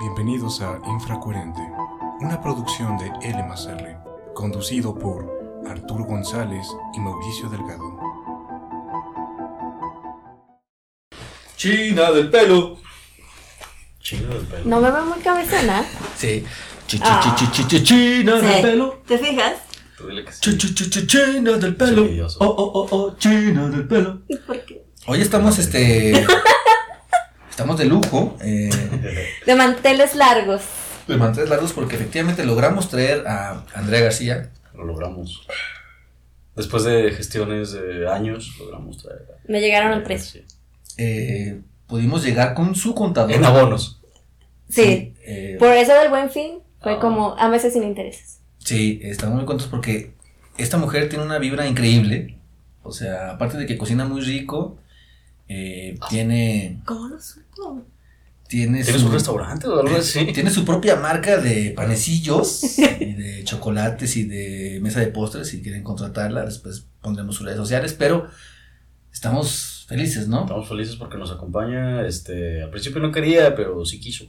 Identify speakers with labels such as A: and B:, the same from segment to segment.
A: Bienvenidos a Infracoherente, una producción de L +R, conducido por Arturo González y Mauricio Delgado.
B: China del pelo.
C: Chino del pelo.
D: No me veo muy cabezona.
C: Sí. Chi- chi-
D: Ah.
C: chi- chi- chi- chi- China
D: Sí.
C: del pelo.
D: ¿Te fijas?
B: Tú dile que sí.
C: Chi- chi- chi- chi- China del pelo.
B: Sí, yo soy.
C: Oh, oh, oh, oh, China del pelo.
D: ¿Por qué?
C: Hoy estamos, este. Estamos de lujo. eh,
D: De manteles largos.
C: de manteles largos porque efectivamente logramos traer a Andrea García.
B: Lo logramos. Después de gestiones de años, logramos traer. a-
D: Me llegaron al precio.
B: Sí.
C: eh, pudimos llegar con su contador.
B: En abonos.
D: Sí.
C: eh,
D: Por eso del buen fin fue
B: Ah.
D: como a meses sin intereses.
C: Sí, estamos muy contentos porque esta mujer tiene una vibra increíble. O sea, aparte de que cocina muy rico, eh,
B: Ah.
C: tiene,
D: ¿Cómo lo supo?
C: tiene
B: ¿Tienes un restaurante o algo así?
C: Tiene su propia marca de panecillos y de chocolates y de mesa de postres. Si quieren contratarla, después pondremos sus redes sociales. Pero estamos felices, ¿no?
B: Estamos felices porque nos acompaña. Este, al principio no quería, pero sí quiso.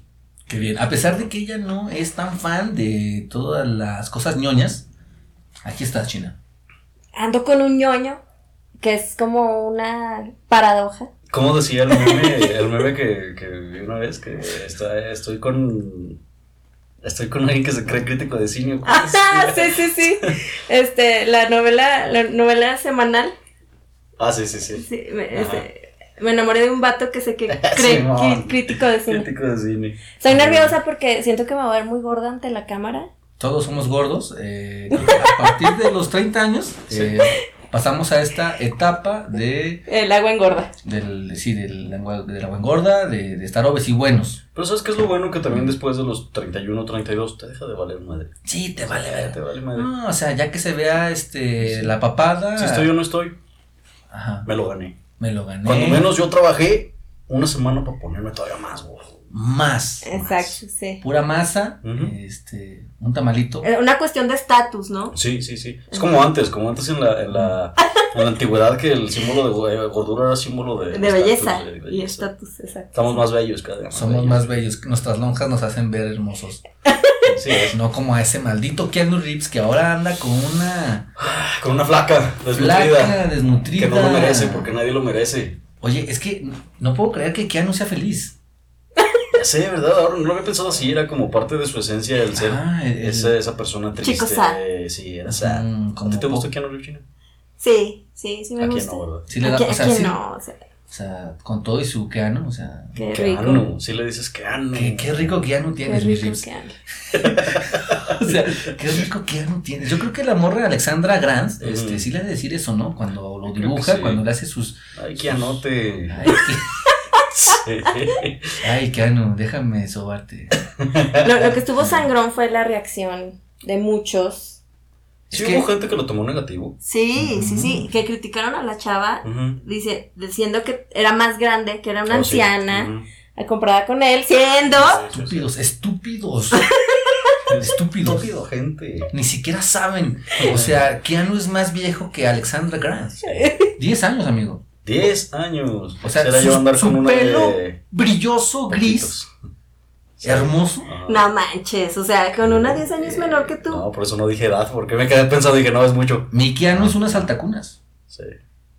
C: Qué bien. A pesar de que ella no es tan fan de todas las cosas ñoñas, aquí está China.
D: Ando con un ñoño, que es como una paradoja.
B: ¿Cómo decía el meme, el meme que, que vi una vez? Que está, estoy con. Estoy con alguien que se cree crítico de cine. ¿cómo
D: Ah,
B: decía?
D: sí, sí, sí. Este, la novela, la novela semanal.
B: Ah, sí, sí, sí.
D: Sí, me,
B: Ajá.
D: este, me enamoré de un vato que sé que cree
B: Simón.
D: que- crítico de cine.
B: Crítico de cine.
D: Soy nerviosa porque siento que me voy a ver muy gorda ante la cámara.
C: Todos somos gordos. eh, a partir de los 30 años eh, pasamos a esta etapa de,
D: El agua engorda.
C: del, sí, del, lengua- de la buen gorda, de, de estar obes y buenos.
B: Pero ¿sabes qué es lo bueno? Que también después de los 31, 32, te deja de valer madre.
C: Sí, te vale
B: Ya te vale madre.
C: No, o sea, ya que se vea este
B: Sí.
C: la papada.
B: Si estoy o no estoy,
C: Ajá,
B: me lo gané.
C: me lo gané.
B: Cuando menos yo trabajé una semana para ponerme todavía más, güey.
C: Más.
D: Exacto, sí.
C: Pura masa,
B: Ujú.
C: este, un tamalito.
D: Eh, Una cuestión de estatus, ¿no?
B: Sí, sí, sí. Es como antes, como antes en la, en la, en la antigüedad que el símbolo de go- eh, gordura era símbolo de,
D: De
B: estatus,
D: belleza
B: de belleza.
D: y estatus, exacto.
B: Estamos más bellos cada día.
C: Somos más bellos, nuestras lonjas nos hacen ver hermosos.
B: bellos. Sí, es-
C: No como a ese maldito Keanu Reeves que ahora anda con una
B: Con una flaca desnutrida.
C: flaca desnutrida.
B: Que no lo merece porque nadie lo merece.
C: Oye, es que no puedo creer que Keanu sea feliz.
B: Ya sé, ¿verdad? Ahora no lo había pensado así, era como parte de su esencia el ser.
C: Ah, el- el-
B: esa, esa persona triste.
D: Chico sad.
B: Sí, era sad.
C: Mm,
B: ¿A ti
C: como
B: te gusta
C: po-
B: Keanu Reeves China?
D: Sí, sí, sí me
B: ¿A quién
D: gusta.
B: no, verdad?
C: Sí le da-
D: ¿A quién-
C: o sea,
D: a quién
C: sí-
D: no? O sea,
C: o sea, con todo y su Keanu, o sea,
D: qué rico.
B: Keanu, sí le dices Keanu.
C: Qué, qué rico Keanu
D: Qué
C: tienes, mi
D: rico
C: Reeves.
D: que ande.
C: O sea, qué rico Keanu tienes. Yo creo que la morra de Alexandra Grant,
B: Ujú.
C: este, sí le ha de decir eso, ¿no? Cuando lo
B: Creo que
C: dibuja,
B: sí.
C: cuando le hace sus.
B: Ay, Keanote.
C: Ay, Ke-
B: Sí.
C: ay, Keanu, déjame sobarte.
D: Lo, lo que estuvo sangrón fue la reacción de muchos.
C: Es
B: Sí,
C: que-
B: hubo gente que lo tomó negativo.
D: Sí, sí,
C: Ujú.
D: sí, que criticaron a la chava.
B: Ujú.
D: Dice, diciendo que era más grande, que era una
B: Oh, sí.
D: anciana, eh,
B: Ujú.
D: comparada con él, siendo
B: Sí, sí, sí.
C: Estúpidos, estúpidos, estúpidos.
B: Estúpido, gente.
C: Ni siquiera saben. O sea, Keanu es más viejo que Alexandra Grant. Diez años, amigo.
B: 10 años.
C: O sea,
B: Quisiera
C: su-
B: yo andar
C: su
B: con una
C: pelo
B: de.
C: Brilloso, gris,
B: taquitos. Sí.
C: hermoso.
B: Ajá.
D: no manches, o sea, con una 10 años
B: Eh,
D: menor que tú.
B: No, por eso no dije edad, porque me quedé pensando y dije, no, es mucho.
C: Mi Keanu es unas altacunas.
B: Sí.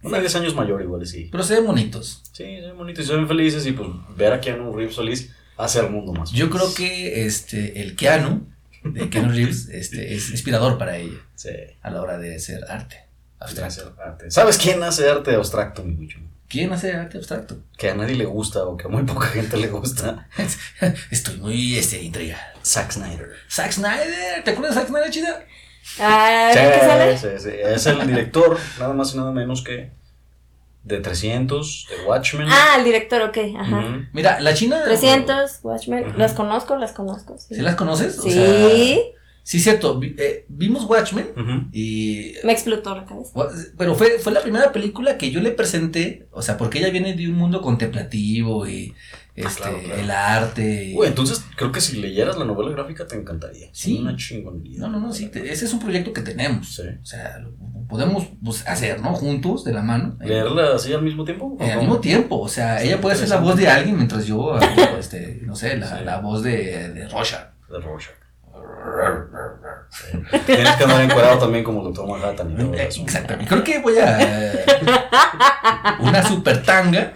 B: Una 10 años mayor, igual, y sí.
C: Pero se ven bonitos.
B: Sí, son bonitos y son felices. Y pues ver a Keanu Reeves Solís hace al mundo más.
C: Yo
B: feliz.
C: creo que este, el Keanu de Keanu Reeves este, es inspirador para ella
B: Sí.
C: a la hora de hacer arte abstracto.
B: hacer arte. ¿Sabes quién hace arte abstracto, mi mucho?
C: ¿Quién hace arte abstracto?
B: Que a nadie le gusta o que a muy poca gente le gusta.
C: Estoy muy este, intrigado.
B: Zack Snyder.
C: Zack Snyder, ¿te acuerdas de Zack Snyder, chida?
D: Ah,
B: Sí,
D: ¿qué sale?
B: sí, sí. Es el director, nada más y nada menos que de 300, de Watchmen.
D: Ah, el director, ok, ajá.
B: Ujú.
C: Mira, la China.
D: 300, Watchmen,
B: Ujú.
D: las conozco, las conozco. Sí,
C: ¿Sí las conoces? O
D: Sí,
C: sea, sí, cierto. vi- eh, vimos Watchmen
B: Ujú.
C: y.
D: me explotó la cabeza.
C: Wa- Pero fue, fue la primera película que yo le presenté, o sea, porque ella viene de un mundo contemplativo y este,
B: Ah, claro, claro.
C: el arte. y-
B: Güey, entonces creo que si leyeras la novela gráfica te encantaría.
C: Sí.
B: Una chingonería.
C: No, no, no, sí, te- ese es un proyecto que tenemos.
B: Sí.
C: O sea, lo podemos pues, hacer, ¿no? Juntos, de la mano. eh,
B: ¿Leerla así al mismo tiempo? ¿O
C: eh, al
B: cómo?
C: mismo tiempo, o sea,
B: Sí,
C: ella puede ser la voz
B: interesante.
C: de alguien mientras yo, hago, este, no sé, la,
B: Sí.
C: la voz de, de Rorschach.
B: De Rorschach. Sí. Tienes que andar encuadrado también como el doctor Manhattan y todo
C: Eh,
B: eso.
C: Exactamente. Creo que voy a. eh, Una super tanga.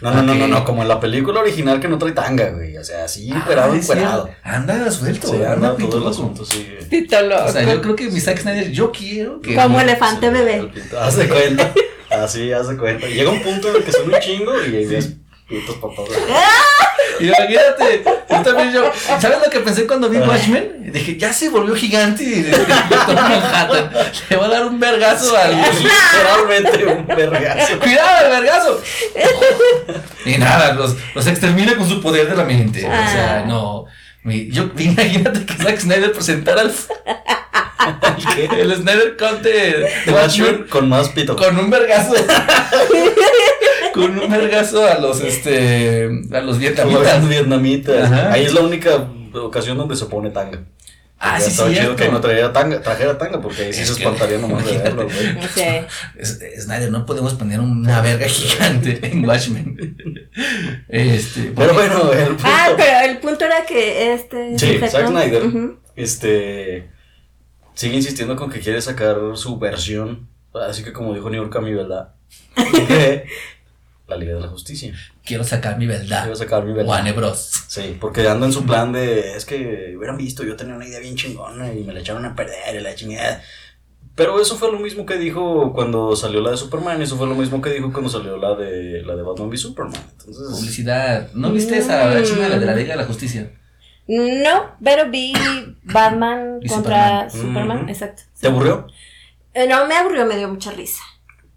B: No, no, no, no, no,
C: Ok.
B: como en la película original que no trae tanga, güey. O sea, así encuerado,
C: Ah, es
B: encuerado.
C: cierto. Anda suelto,
B: Sí,
C: anda
B: anda todo el
C: pitudo.
B: asunto, sí.
D: Pito loco.
C: O sea, yo creo que mi Zack Snyder, yo quiero que.
D: Como elefante
B: Sí,
D: bebé.
B: el pito. Hace cuenta. Así, hace cuenta. Llega un punto en el que son un chingo y ahí ves pitos por todos lados.
C: Imagínate, yo también yo. ¿Sabes lo que pensé cuando vi Watchmen? Dije, ya se volvió gigante y le Doctor Manhattan. Le va a dar un vergazo al.
B: Literalmente un vergazo.
C: ¡Cuidado, el vergazo! Y nada, los, los extermina con su poder de la mente. O sea,
D: Ah.
C: no. Mi- yo, imagínate que Zack Snyder presentara al
B: ¿Qué?
C: El Snyder Cut de de Watchmen
B: Watchmen con más pito.
C: con un vergazo. con un vergazo a los este a los
B: Los
C: vietnamitas.
B: vietnamitas.
C: Ajá.
B: Ahí es la única ocasión donde se pone tanga.
C: Ah, sí,
B: Estaba chido
C: cierto.
B: que no trajera tanga, trajera tanga porque ahí sí
C: Es
B: se
C: que-
B: espantaría nomás de verlo, güey.
D: No sé.
C: Es- Snyder, no podemos poner una verga gigante en Watchmen. Este, porque-
B: Pero bueno, el punto.
D: Ah, pero el punto era que este.
B: Sí,
D: Zack
B: Zack Snyder.
D: Ujú.
B: Este. Sigue insistiendo con que quiere sacar su versión. Así que, como dijo New York a mi verdad. de la Liga de la Justicia.
C: quiero sacar mi verdad.
B: Quiero sacar mi verdad.
C: Warner Bros.
B: Sí, porque anda en su plan de. Es que hubieran visto, yo tenía una idea bien chingona y me la echaron a perder y la chingada. Pero eso fue lo mismo que dijo cuando salió la de Superman. Y eso fue lo mismo que dijo cuando salió la de, la de Batman v Superman. Entonces.
C: Publicidad. ¿No viste esa la china la de la Liga de la Justicia?
D: No, pero vi Batman
C: Y
D: contra Superman.
B: Ujú.
D: Exacto.
B: ¿Te aburrió?
D: Eh, No, me aburrió, me dio mucha risa.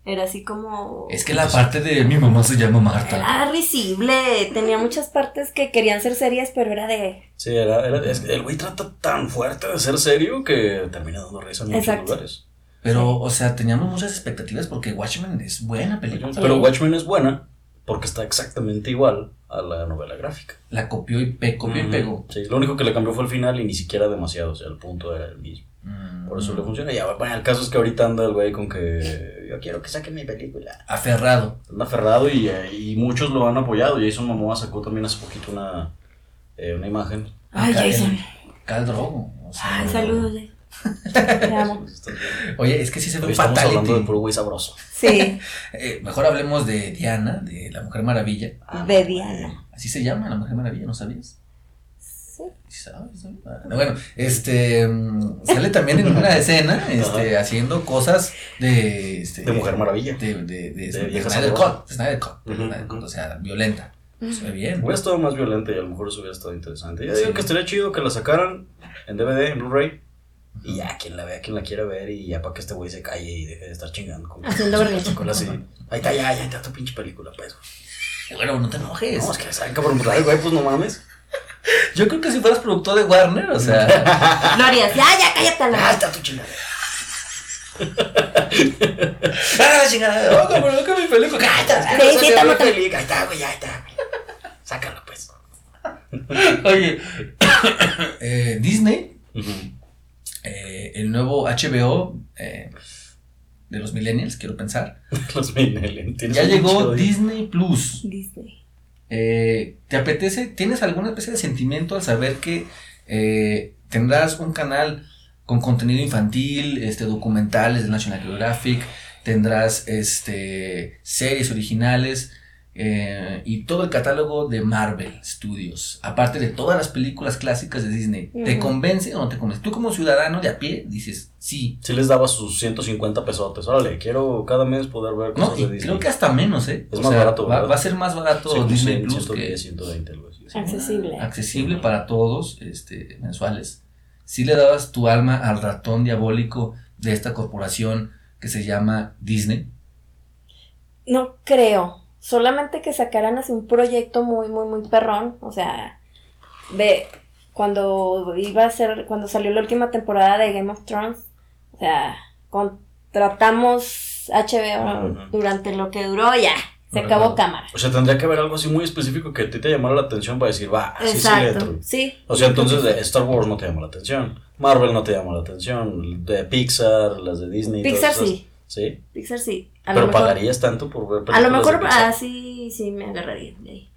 D: Era así como.
C: Es que
B: Pues
C: la parte de mi mamá se llama Marta.
D: Era risible. Tenía muchas partes que querían ser serias, pero era de.
B: Sí, era, era- es que el güey trata tan fuerte de ser serio que termina dando risa en muchos
D: Exacto.
B: lugares.
C: Pero, o sea, teníamos muchas expectativas porque Watchmen es buena película.
B: Pero Watchmen es buena porque está exactamente igual a la novela gráfica.
C: La copió y pe copió y
B: Ujú.
C: pegó.
B: Sí, lo único que le cambió fue el final y ni siquiera demasiado, o sea, el punto era el mismo.
C: Mm,
B: Por eso le funciona. Ya, bueno, el caso es que ahorita anda el güey con que yo quiero que saquen mi película.
C: Aferrado.
B: Anda aferrado y, eh, y muchos lo han apoyado. Jason Momoa sacó también hace poquito una, eh, una imagen.
D: Ay,
C: Acá
D: Jason.
C: el- Cal Drogo. o sea,
D: Ay, saludos, Jason. Te amo.
C: Oye, es que sí se
B: Hoy
C: ve
B: estamos hablando del
C: fatality.
B: puro güey sabroso.
D: Sí,
C: Eh, mejor hablemos de Diana, de la Mujer Maravilla.
D: de Diana.
C: Así se llama la Mujer Maravilla, ¿no sabías?
D: Sí.
C: ¿Sí sabes? no? Ah, no, bueno, este mm, sale también en una escena este, haciendo cosas de, este,
B: De Mujer Maravilla.
C: De, de, de, de,
B: vieja
C: Snyder
B: sabrosa.
C: Cut, de Snyder Cut,
B: Ujú,
C: Snyder Cut,
B: ujú.
C: o sea, violenta. Se ve bien.
B: Hubiera estado más violenta y a lo mejor eso hubiera estado interesante. Yo
C: Sí.
B: digo que estaría chido que la sacaran en DVD, en Blu-ray. Y ya, quien la vea, quien la quiera ver, y ya para que este güey se calle y deje de estar chingando con
D: Haciendo berrinche.
B: con la- sí. Ahí está, ya, ya está tu pinche película, pues.
C: Bueno, no te enojes.
B: No, es que saben cabrón, pues, ay, güey, pues no mames.
C: Yo creo que si fueras productor de Warner, o sea,
D: Gloria, ya, ya, cállate
B: Ah,
D: la.
B: está tu chingada.
C: ¡ah, chingada! ¡Ojo, pero nunca mi ¡Ah, película! ¡Cállate!
D: Sí, sí,
B: Ahí
D: tómate.
B: está, güey, ya está. Sácalo, pues.
C: Oye, eh, Disney, eh, el nuevo HBO eh, de los millennials, quiero pensar.
B: Los Minelen.
C: Ya llegó
B: ¿eh?
C: Disney Plus.
D: Disney.
C: Eh, ¿Te apetece? ¿Tienes alguna especie de sentimiento al saber que eh, tendrás un canal con contenido infantil, este, documentales de National Geographic, tendrás este, series originales eh, y todo el catálogo de Marvel Studios, aparte de todas las películas clásicas de Disney? ¿Te
D: Ujú.
C: convence o no te convence? Tú como ciudadano de a pie dices sí.
B: Sí les daba sus 150 pesotes. Órale, quiero cada mes poder ver
C: No,
B: cosas
C: y
B: Pues de Disney.
C: creo que hasta menos, ¿eh?
B: Es más barato,
C: va,
B: ¿verdad?
C: va a ser más barato
B: Sí,
C: Disney
B: sí,
C: Plus
B: 110,
C: que,
B: 120, algo así.
D: Accesible.
C: accesible para todos, este, mensuales. Si le dabas tu alma al ratón diabólico de esta corporación que se llama Disney.
D: No creo. Solamente que sacaran así un proyecto muy, muy, muy perrón. O sea, ve, cuando iba a ser, cuando salió la última temporada de Game of Thrones, o sea, contratamos HBO
B: Ajá. Ah,
D: durante lo que duró ya. Se Se acabó cámara.
B: O sea, tendría que haber algo así muy específico que a ti te llamara la atención para decir, va, así se lee
D: Exacto.
B: Troy.
D: Sí.
B: O sea, entonces de Star Wars no te llama la atención, Marvel no te llama la atención, de Pixar, las de Disney. todas
D: Pixar
B: esas.
D: sí.
B: Sí,
D: Pixar sí. A
B: pero
D: lo mejor,
B: pagarías tanto por ver
D: a lo
B: películas de
D: mejor
B: Pixar.
D: así sí me agarraría de ahí.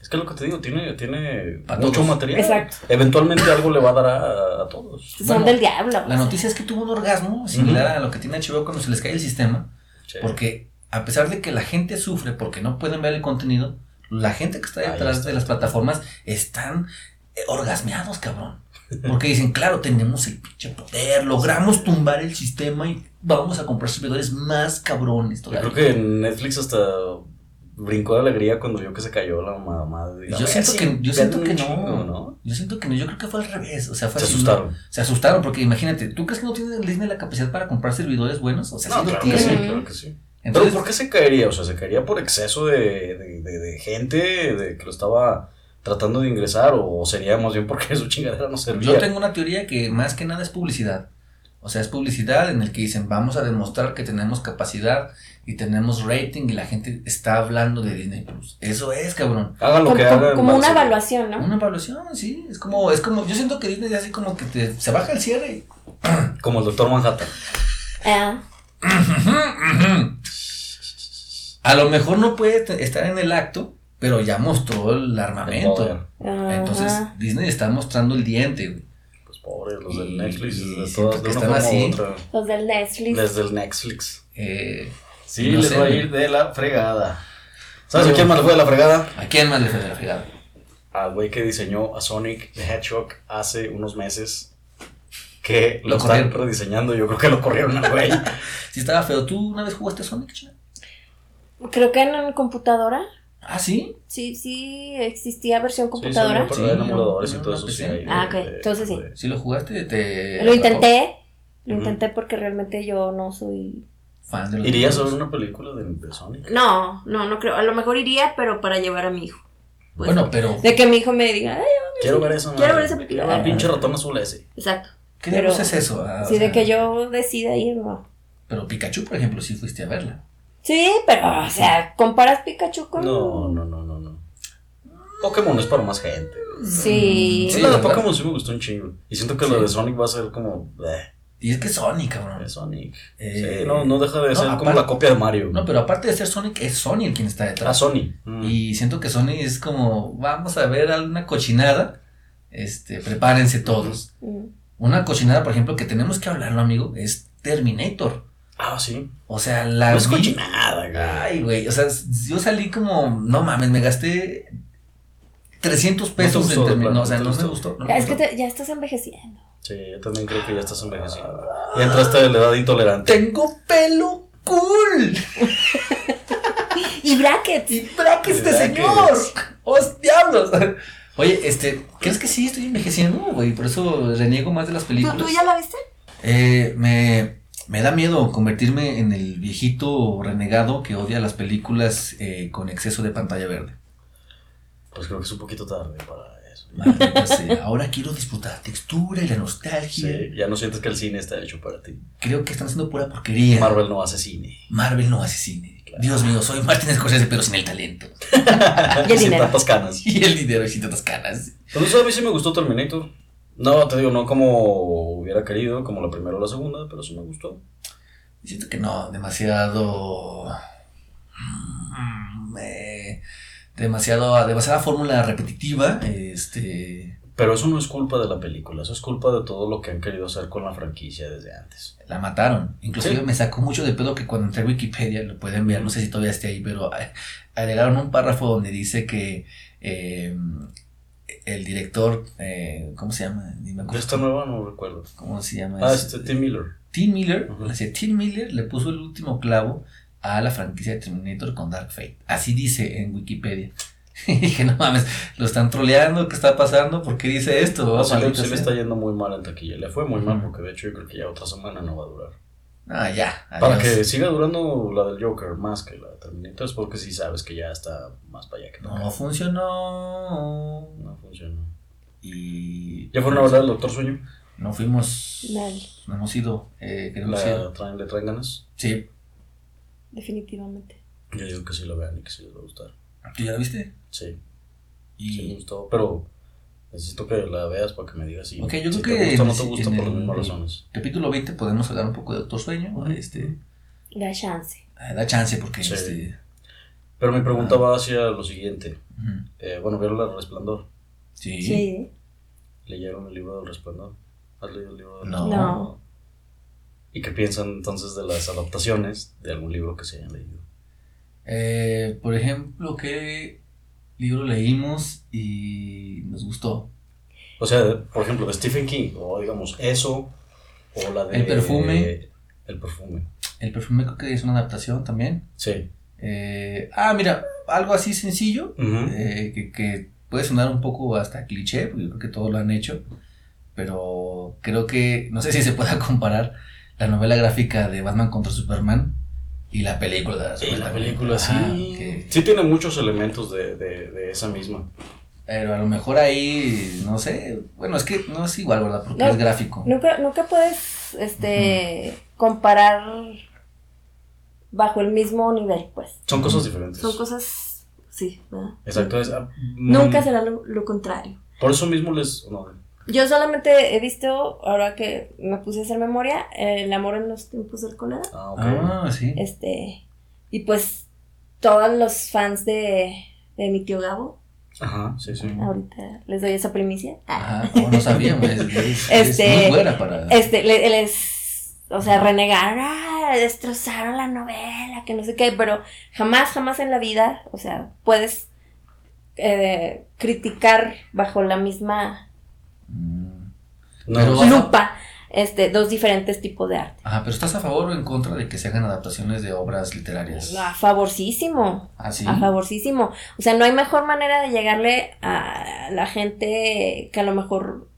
B: Es que lo que te digo, tiene, tiene
C: Para
B: mucho
C: todos.
B: material.
D: Exacto.
B: Eventualmente algo le va a dar a, a todos.
D: Son
C: Bueno,
D: del diablo.
C: La
D: o sea.
C: noticia es que tuvo un orgasmo similar a lo que tiene HBO cuando se les cae el sistema,
B: Sí.
C: porque a pesar de que la gente sufre porque no pueden ver el contenido, la gente que está
B: Ahí
C: detrás
B: está.
C: de las plataformas están eh, orgasmeados, cabrón. Porque dicen, claro, tenemos el pinche poder, logramos tumbar el sistema y vamos a comprar servidores más cabrones
B: Yo
C: todavía.
B: creo que Netflix hasta brincó de alegría cuando vio que se cayó la mamá. de-
C: Yo siento
B: Sí,
C: que- yo siento
B: venden
C: que
B: un
C: no.
B: chingo, ¿no?
C: Yo siento que no, yo creo que fue al revés. O sea, fue
B: Se
C: así,
B: asustaron.
C: Se asustaron, porque imagínate, ¿tú crees que no tiene Disney la capacidad para comprar servidores buenos? O sea,
B: No,
C: sí lo
B: claro que sí,
C: tiene.
B: claro que sí.
C: Entonces,
B: Pero ¿por qué se caería? O sea, se caería por exceso de, de- de- de gente de que lo estaba tratando de ingresar o sería más bien porque su chingadera no servía.
C: Yo tengo una teoría que más que nada es publicidad. O sea, es publicidad en el que dicen, vamos a demostrar que tenemos capacidad y tenemos rating y la gente está hablando de Disney Plus. Eso es, cabrón.
B: Hagan lo
D: como,
B: que
D: como-
B: hagan.
D: como una
B: Marcelo.
D: evaluación, ¿no?
C: Una evaluación, sí. Es como, es como, yo siento que Disney ya así como que te- se baja el cierre.
B: Como el doctor Manhattan.
D: Ah,
C: A lo mejor no puede te- estar en el acto, pero ya mostró el
B: Joder,
C: armamento.
D: ah,
C: Entonces, Disney está mostrando el diente, güey.
B: Pues pobres, los del
C: Y-
B: Netflix. de
C: y
B: todas,
C: siento
B: de
C: que
B: una
C: están
B: forma u
C: así.
B: otra.
D: los del Netflix.
B: Desde el Netflix.
C: Eh,
B: Sí,
C: No
B: les
C: sé,
B: va a
C: güey.
B: ir de la fregada. ¿Sabes a
C: Pero-
B: quién más le fue de la fregada?
C: ¿A quién más le fue de la fregada?
B: Al güey que diseñó a Sonic the Hedgehog hace unos meses. Que lo,
C: Lo
B: están
C: corrieron.
B: rediseñando. Yo creo que lo corrieron al güey.
C: Sí estaba feo. ¿Tú una vez jugaste a Sonic, China?
D: Creo que en computadora.
C: Ah, sí.
D: Sí, sí, existía versión
B: Sí,
D: computadora.
B: Sí,
C: Sí,
B: en emuladores y
C: no,
B: todo
C: no,
B: eso.
C: pues
B: Sí,
C: sí.
B: hay de-
D: Ah, ok,
B: de-
D: entonces sí.
B: de-
C: Si lo jugaste, te...
D: lo intenté. Lo
B: Ujú.
D: intenté porque realmente yo no soy.
C: Fan de los
B: ¿Irías a ver
C: videojuegos.
B: una película de, de Sonic?
D: No, no, no creo. A lo mejor iría, pero para llevar a mi hijo. Pues,
C: Bueno, pero...
D: De que mi hijo me diga, "Ay,
B: Quiero ver eso.
D: Quiero
B: madre.
D: ver esa película.
B: Quiero ver el pinche ratón azul ese.
D: exacto.
C: ¿Qué
D: pero-
C: diablos es eso? Ah, o
D: Si de
C: sea,
D: que yo decida ir, no.
C: Pero Pikachu, por ejemplo, sí fuiste a verla.
D: Sí, pero, o sea, comparas Pikachu con.
B: No, no, no, no, no. Pokémon es para más gente.
D: Sí.
B: Sí, la
C: Mm,
B: de
C: ¿verdad?
B: Pokémon sí me gustó un chingo. Y siento que la
C: Sí.
B: de Sonic va a ser como. "Bleh,
C: Y es que es Sonic, cabrón.
B: de Sonic.
C: Eh,
B: Sí, no, no deja de
C: no,
B: ser como
C: aparte-
B: la copia de Mario.
C: No, pero aparte de ser Sonic, es Sony el quien está
B: A
C: detrás.
B: Sony. Mm.
C: Y siento que Sony es como, vamos a ver alguna cochinada, este, prepárense todos.
D: Mm.
C: Una cochinada, por ejemplo, que tenemos que hablarlo, amigo, es Terminator.
B: Ah, sí.
C: O sea, la...
B: no es
C: vi-
B: cochinada, güey.
C: Ay, güey, o sea, yo salí como, no mames, me gasté 300 pesos
B: gustó,
C: en Terminator.
B: de
C: o sea,
B: plano,
C: no
B: no te
C: me gustó. no me
D: Es que
C: gustó.
D: te- ya estás envejeciendo.
B: Sí, yo también creo que ya estás envejeciendo. Ya entraste de la edad intolerante.
C: Tengo pelo cool
D: Y brackets.
C: y braque este
B: ¿Verdad que
C: señor.
B: es?
C: ¡Os diablos! Oye, este, ¿crees que sí estoy envejeciendo, güey? Por eso reniego más de las
D: ¿Tú,
C: películas.
D: tú ya la viste?
C: Eh, me, me da miedo convertirme en el viejito renegado que odia las películas eh, con exceso de pantalla verde.
B: Pues creo que es un poquito tarde para eso.
C: Maldita sea, ahora quiero disfrutar la textura y la nostalgia.
B: Sí, ya no sientes que el cine está hecho para ti.
C: Creo que están haciendo pura porquería.
B: Marvel no hace cine.
C: Marvel no hace cine. Dios mío, soy Martin Scorsese, pero sin el talento.
D: Y el
B: Sin
D: dinero.
B: tantas canas.
C: Y el dinero y sin tantas canas.
B: Pero eso a mí sí me gustó Terminator. No, te digo, no como hubiera querido, como la primera o la segunda, pero sí me gustó.
C: Siento que no, demasiado. mm, eh, demasiado demasiada fórmula repetitiva. Este.
B: Pero eso no es culpa de la película, eso es culpa de todo lo que han querido hacer con la franquicia desde antes.
C: La mataron. Inclusive
B: Sí.
C: me sacó mucho de pedo que cuando entré a Wikipedia, lo pueden ver, no sé si todavía esté ahí, pero eh, agregaron un párrafo donde dice que eh, el director, eh, ¿cómo se llama? Ni me
B: De
C: acuerdo.
B: esta nueva no recuerdo.
C: ¿Cómo se llama?
B: Ah,
C: Es-
B: este Tim Miller.
C: Tim Miller,
B: Ujú.
C: así, Tim Miller le puso el último clavo a la franquicia de Terminator con Dark Fate. Así dice en Wikipedia. Y dije, no mames, lo están troleando, ¿qué está pasando? ¿Por qué dice esto? Oh,
B: No, sí, le-
C: Maldita
B: Ah, sí le
C: sea.
B: está yendo muy mal en taquilla. Le fue muy mal
C: Ujú.
B: porque de hecho yo creo que ya otra semana no va a durar.
C: Ah, ya.
B: Para
C: adiós.
B: que siga durando la del Joker más que la de Terminator es porque sí sabes que ya está más para allá que para
C: No
B: acá.
C: funcionó.
B: No funcionó.
C: Y.
B: ¿Ya fueron a hablar del Doctor Sueño?
C: No fuimos.
D: Dale.
C: No hemos ido. Eh, creo que sí.
B: La traen- ¿Le traen ganas?
C: Sí.
D: Definitivamente.
B: Yo digo que sí lo vean y que sí les va a gustar.
C: ¿Tú ya la viste?
B: Sí,
C: Y,
B: sí me gustó, pero necesito que la veas para que me digas si,
C: Ok, yo
B: si
C: creo
B: te
C: que
B: gusta o no te
C: en-
B: gusta
C: en
B: por las
C: el-
B: mismas razones.
C: capítulo 20 podemos hablar un poco de Doctor Sueño. Este,
D: Da chance.
C: ah, da chance porque...
B: Sí.
C: Este,
B: Pero mi pregunta
C: Ah.
B: va hacia lo siguiente.
C: ujú.
B: Eh, bueno, ¿vieron El Resplandor?
C: sí.
D: Sí.
B: ¿Leyeron el libro del Resplandor? ¿Has leído el libro del
C: No.
B: Resplandor?
D: No.
B: ¿Y qué piensan entonces de las adaptaciones de algún libro que se hayan leído?
C: Eh, por ejemplo, ¿qué libro leímos y nos gustó?
B: O sea, por ejemplo, de Stephen King, o digamos eso, o la de...
C: El perfume.
B: El perfume,
C: El perfume creo que es una adaptación también.
B: sí.
C: Eh, ah, mira, algo así sencillo,
B: Ujú.
C: eh, que, que puede sonar un poco hasta cliché, porque yo creo que todos lo han hecho, pero creo que, no sé si se pueda comparar la novela gráfica de Batman contra Superman y la película. de
B: Sí,
C: Superman.
B: la película sí.
C: Ajá, que-
B: Sí tiene muchos elementos de, de, de esa misma.
C: pero a lo mejor ahí, no sé, bueno, es que no es igual, ¿verdad? Porque
D: No,
C: es gráfico.
D: Nunca, nunca puedes este comparar bajo el mismo nivel, pues.
B: Son cosas diferentes.
D: Son cosas, sí, ¿verdad?
B: Exacto. es- ah,
D: Nunca
B: mm,
D: será lo, lo contrario.
B: Por eso mismo les... no,
D: Yo solamente he visto, ahora que me puse a hacer memoria, eh, El amor en los tiempos del Conada.
B: ah, ok.
C: Ah, sí.
D: Este, y pues todos los fans de, de mi tío Gabo,
B: Ajá, sí, sí.
D: Ah. ahorita les doy esa primicia. Ah.
C: Ajá, no, no sabíamos. Es, es-
D: Este,
C: es muy buena para.
D: Este, le- les, o sea, renegaron, "Ah, destrozaron la novela, que no sé qué, pero jamás, jamás en la vida, o sea, puedes eh, criticar bajo la misma
C: Mm.
B: No,
C: Pero-
B: sí.
D: lupa este, dos diferentes tipos de arte.
C: Ajá, pero ¿estás a favor o en contra de que se hagan adaptaciones de obras literarias?
D: A favorcísimo.
C: Ah, sí.
D: a favorcísimo. O sea, no hay mejor manera de llegarle a la gente que a lo mejor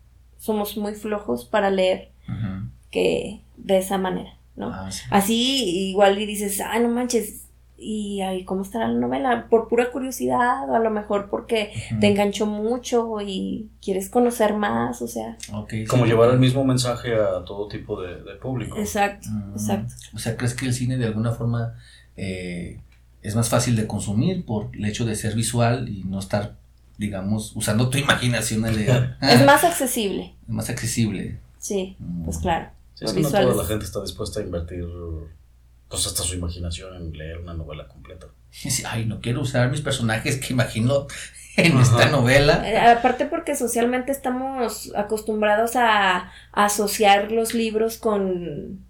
D: somos muy flojos para leer
C: Ujú.
D: que de esa manera, ¿no?
C: Ah, sí.
D: Así igual y dices, ay, no manches, y ay, ¿cómo estará la novela? Por pura curiosidad, o a lo mejor porque
C: Ujú.
D: te enganchó mucho y quieres conocer más, o sea.
C: Ok,
B: Como
C: sí.
B: llevar el mismo mensaje a todo tipo de, de público.
D: Exacto,
C: Mm.
D: exacto.
C: O sea, ¿crees que el cine de alguna forma eh, es más fácil de consumir por el hecho de ser visual y no estar, digamos, usando tu imaginación a leer?
D: Es más accesible,
C: Es más accesible.
D: sí,
C: Mm.
D: pues claro.
B: Sí, es
D: Los
B: que no
D: visuales.
B: toda la gente está dispuesta a invertir pues hasta su imaginación en leer una novela completa.
C: Dice, Ay, no quiero usar mis personajes que imagino en
B: Ajá.
C: esta novela.
D: Eh, Aparte porque socialmente estamos acostumbrados a, a asociar los libros con,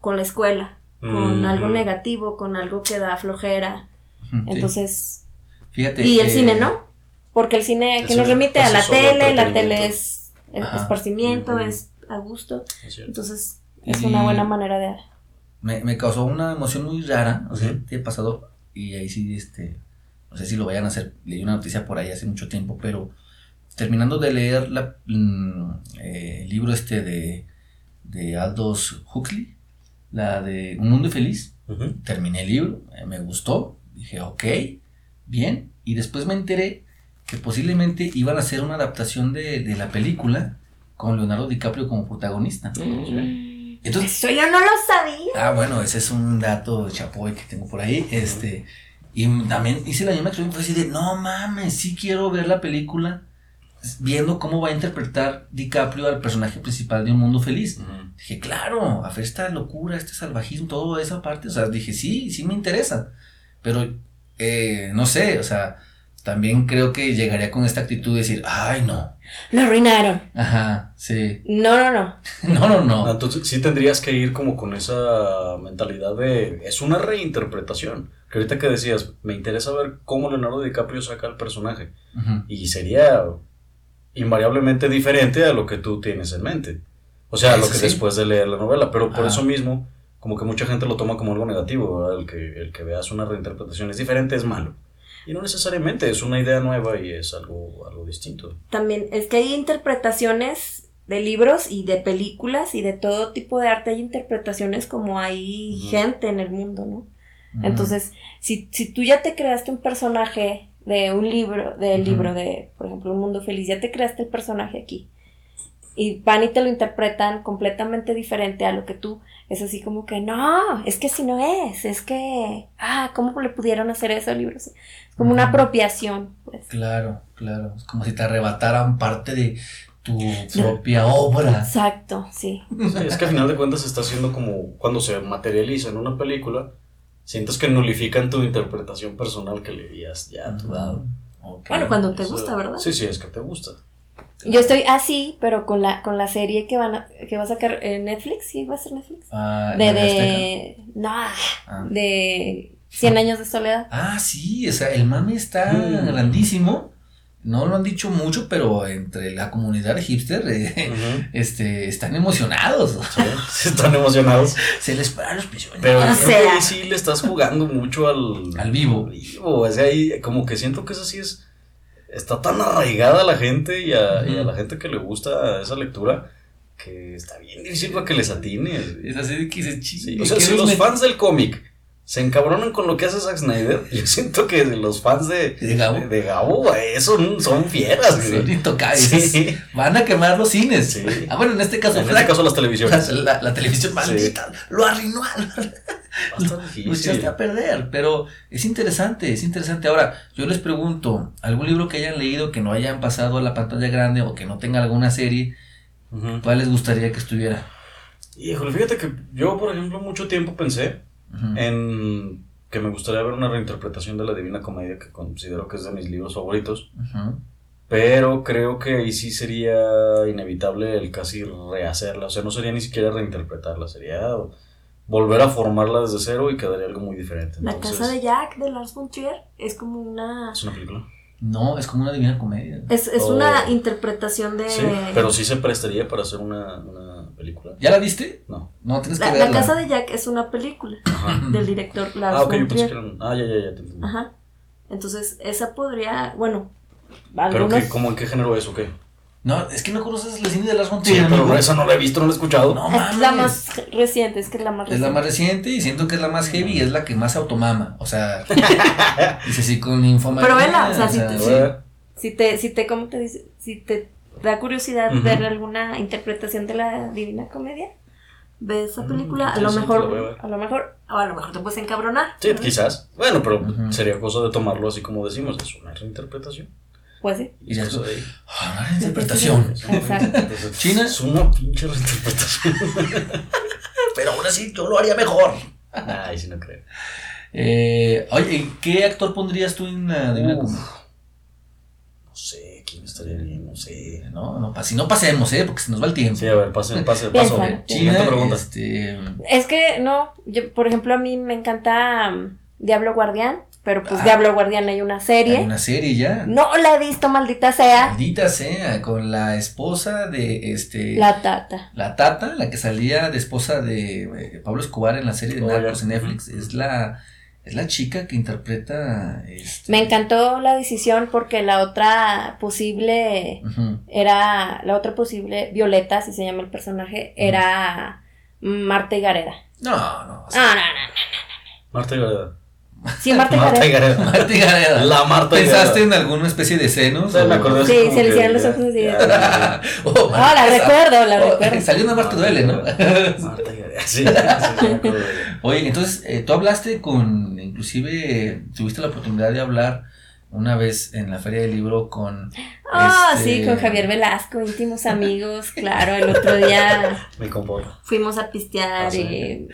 D: con la escuela, con
B: Mm.
D: algo negativo, con algo que da flojera.
C: Ujú, sí.
D: Entonces,
C: Fíjate.
D: y el
C: eh,
D: cine, ¿no? Porque el cine que
B: Es
D: nos
B: un-
D: remite a
B: es
D: la
B: solo
D: tele, la
B: entretenimiento.
D: tele es es
C: Ajá.
D: esparcimiento,
B: Ujú.
D: es a gusto.
B: Es cierto.
D: Entonces, es
C: Y-
D: una buena manera de...
C: me, me causó una emoción muy rara, o sea,
B: Ujú.
C: te he pasado, y ahí sí, este, no sé si lo vayan a hacer, leí una noticia por ahí hace mucho tiempo, pero terminando de leer la, mm, eh, el libro este de, de Aldous Huxley, la de Un Mundo Feliz,
B: Ujú.
C: terminé el libro, eh, me gustó, dije, ok, bien, y después me enteré que posiblemente iban a hacer una adaptación de, de la película con Leonardo DiCaprio como protagonista.
B: Mm,
C: Entonces,
D: Eso yo no lo sabía.
C: Ah, bueno, ese es un dato chapoy que tengo por ahí. Este, y también hice la misma experiencia, fue así de, no mames, sí quiero ver la película viendo cómo va a interpretar DiCaprio al personaje principal de Un Mundo Feliz.
B: Ujú.
C: Dije, claro, a ver esta locura, este salvajismo, toda esa parte, o sea, dije, sí, sí me interesa, pero eh, no sé, o sea, también creo que llegaría con esta actitud de decir, ay, no,
D: Lo arruinaron.
C: ajá, sí,
D: No, no, no.
C: no, no,
B: Ah,
C: no,
B: Entonces sí tendrías que ir como con esa mentalidad de... Es una reinterpretación. Que ahorita que decías, me interesa ver cómo Leonardo DiCaprio saca al personaje.
C: Ujú.
B: Y sería invariablemente diferente a lo que tú tienes en mente. O sea, a lo
C: Eso
B: que
C: sí.
B: después de leer la novela. Pero por
C: Ajá.
B: eso mismo, como que mucha gente lo toma como algo negativo. ¿verdad? El que, el que veas una reinterpretación es diferente es malo. Y no necesariamente, es una idea nueva y es algo, algo distinto.
D: También es que hay interpretaciones de libros y de películas y de todo tipo de arte. Hay interpretaciones como hay
B: Ujú.
D: gente en el mundo, ¿no? Entonces, si, si tú ya te creaste un personaje de un libro, del
C: Ujú.
D: libro de, por ejemplo, Un Mundo Feliz, ya te creaste el personaje aquí. y van y te lo interpretan completamente diferente a lo que tú. Es así como que, no, es que si no es, es que, ah, ¿cómo le pudieron hacer eso al libro? Es como una
C: Ujú.
D: apropiación, pues.
C: Claro, claro. Es como si te arrebataran parte de tu propia obra.
D: Exacto, sí.
B: Sí, es que al final de cuentas está haciendo como cuando se materializa en una película, sientes que nulifican tu interpretación personal que le habías ya tú dado.
C: Ok.
D: Bueno, cuando te
B: Eso-
D: gusta, ¿verdad?
B: Sí, sí, es que te gusta.
D: Yo estoy así, pero con la, con la serie que van a- que va a sacar eh, Netflix, sí, va a ser Netflix.
C: Ah,
D: De,
C: en la Azteca.
D: de, no,
C: Ah.
D: de 100 años de soledad.
C: Ah, sí, o sea, el mame está
B: Mm.
C: grandísimo. No lo han dicho mucho, pero entre la comunidad hipster eh,
B: Ujú.
C: este, están emocionados.
B: Sí, están emocionados.
C: Se les para los prisioneros.
B: Pero
D: O
B: creo
D: sea.
B: que ahí sí le estás jugando mucho al,
C: Al vivo.
B: vivo, O sea, ahí como que siento que eso sí es. Está tan arraigada a la gente y a, y a la gente que le gusta esa lectura que está bien difícil para que les atines. güey.
C: Es así de que se
B: Sí,
C: chiste.
B: o sea, si los fans del cómic se encabronan con lo que hace Zack Snyder, yo siento que los fans de,
C: De Gabo.
B: de Gabo eh, son, son fieras. güey.
C: Son intocables.
B: Sí.
C: Van a quemar los cines.
B: Sí.
C: Ah, bueno, en este caso,
B: En
C: la-
B: este caso, las televisiones.
C: la, la- la televisión maldita lo arruinó.
B: Va a estar
C: Lo echaste
B: difícil.
C: a perder. Pero es interesante, es interesante. Ahora, yo les pregunto: ¿algún libro que hayan leído que no hayan pasado a la pantalla grande o que no tenga alguna serie,
B: Ujú.
C: cuál les gustaría que estuviera?
B: Híjole, fíjate que yo, por ejemplo, mucho tiempo pensé
C: Ujú.
B: en que me gustaría ver una reinterpretación de la Divina Comedia que considero que es de mis libros favoritos,
C: Ujú.
B: pero creo que ahí sí sería inevitable el casi rehacerla, o sea, no sería ni siquiera reinterpretarla, sería volver a formarla desde cero y quedaría algo muy diferente.
D: La
B: Entonces,
D: casa de Eh, Jack de Lars von Trier es como una...
B: es una película.
C: No, es como una divina comedia.
D: Es, es
B: Oh.
D: una interpretación de...
B: Sí, pero sí se prestaría para hacer una, una película.
C: ¿Ya la viste?
B: No.
C: No, tienes que
D: La, la
C: verla.
D: casa de Jack es una película
B: Ajá.
D: del director Lars
B: Ah, ok,
D: von
B: yo pensé que
D: Trier.
B: era un- Ah, ya, ya, ya. te entendí.
D: Ajá. Entonces, esa podría, bueno,
B: Pero
D: algunos...
B: que, ¿cómo en qué género es o qué?
C: No, es que no conoces el cine de Lars von
B: Sí,
C: Trier,
B: pero
C: amigo.
B: esa no la he visto, no la he escuchado.
C: No
D: es Ah, la
C: mames.
D: más reciente, es que es la más
C: Es la
D: reciente.
C: más reciente y siento que es la más heavy y es la que más automama. O sea, dice sí con infoma.
D: Pero vela, o sea, sí te-
B: Voy a ver.
D: Si te, si te, ¿cómo te dice? Si te da curiosidad
B: Ujú.
D: ver alguna interpretación de la Divina Comedia, ve esa
B: Mm,
D: película, a lo
B: interesante, la voy a
D: mejor,
B: ver.
D: a lo mejor, o a lo mejor te puedes encabronar.
B: Sí,
D: ¿no?
B: quizás. Bueno, pero
C: Ujú.
B: sería cosa de tomarlo así como decimos, es una reinterpretación.
D: Pues sí.
C: Y ya
B: Es cosa de-
C: Ah, la interpretación.
B: es una
D: Exacto.
B: reinterpretación.
C: China.
B: Es una pinche reinterpretación.
C: Pero aún así yo lo haría mejor.
B: Ay, sí, no creo.
C: Eh, oye, ¿y ¿qué actor pondrías tú en la Divina
B: Uf.
C: Comedia?
B: No sé, ¿quién estaría bien? No sé.
C: No, no, pa- si no pasemos, ¿eh? Porque se nos va el tiempo.
B: Sí, a ver, pase, pase,
D: Piensa.
B: paso. Siguiente
C: China,
B: pregunta.
C: este,
D: Es que no, yo, por ejemplo, a mí me encanta mm, Diablo Guardián, pero pues
C: Ah.
D: Diablo Guardián hay una serie.
C: hay una serie ya.
D: No la he visto, maldita sea.
C: Maldita sea, con la esposa de este.
D: La Tata.
C: La Tata, la que salía de esposa de eh, Pablo Escobar en la serie de
B: Oh, ya.
C: Narcos en Netflix, es la es la chica que interpreta este,
D: Me encantó la decisión porque la otra posible
C: Ujú.
D: era, la otra posible, Violeta, si se llama el personaje, era Marta y Gareda.
C: No, no. o sea,
D: Ah, no, no,
B: Marta y Gareda.
D: no. Sí, Marta y
B: Marta y
D: Gareda.
B: Gareda.
C: Marta y Gareda.
B: La Marta y Gareda.
C: ¿Pensaste en alguna especie de senos?
B: Sí, me acordé así
D: Sí,
B: como
D: se le
B: que
D: hicieron los
B: ya-
D: ojos así de-
B: ya, ya,
C: Oh,
D: Ah, la recuerdo, la
C: oh,
D: recuerdo.
C: Salió una Marta duele, ¿no?
B: ya. Marta y Gareda. Sí, sí, sí, me acuerdo de ella.
C: Oye, entonces eh, tú hablaste con, inclusive eh, tuviste la oportunidad de hablar una vez en la feria del libro con...
D: Ah,
C: este,
D: sí, con Javier Velasco, íntimos amigos, claro, el otro día
B: Me comporto.
D: fuimos a pistear
B: Ah, sí.
C: eh.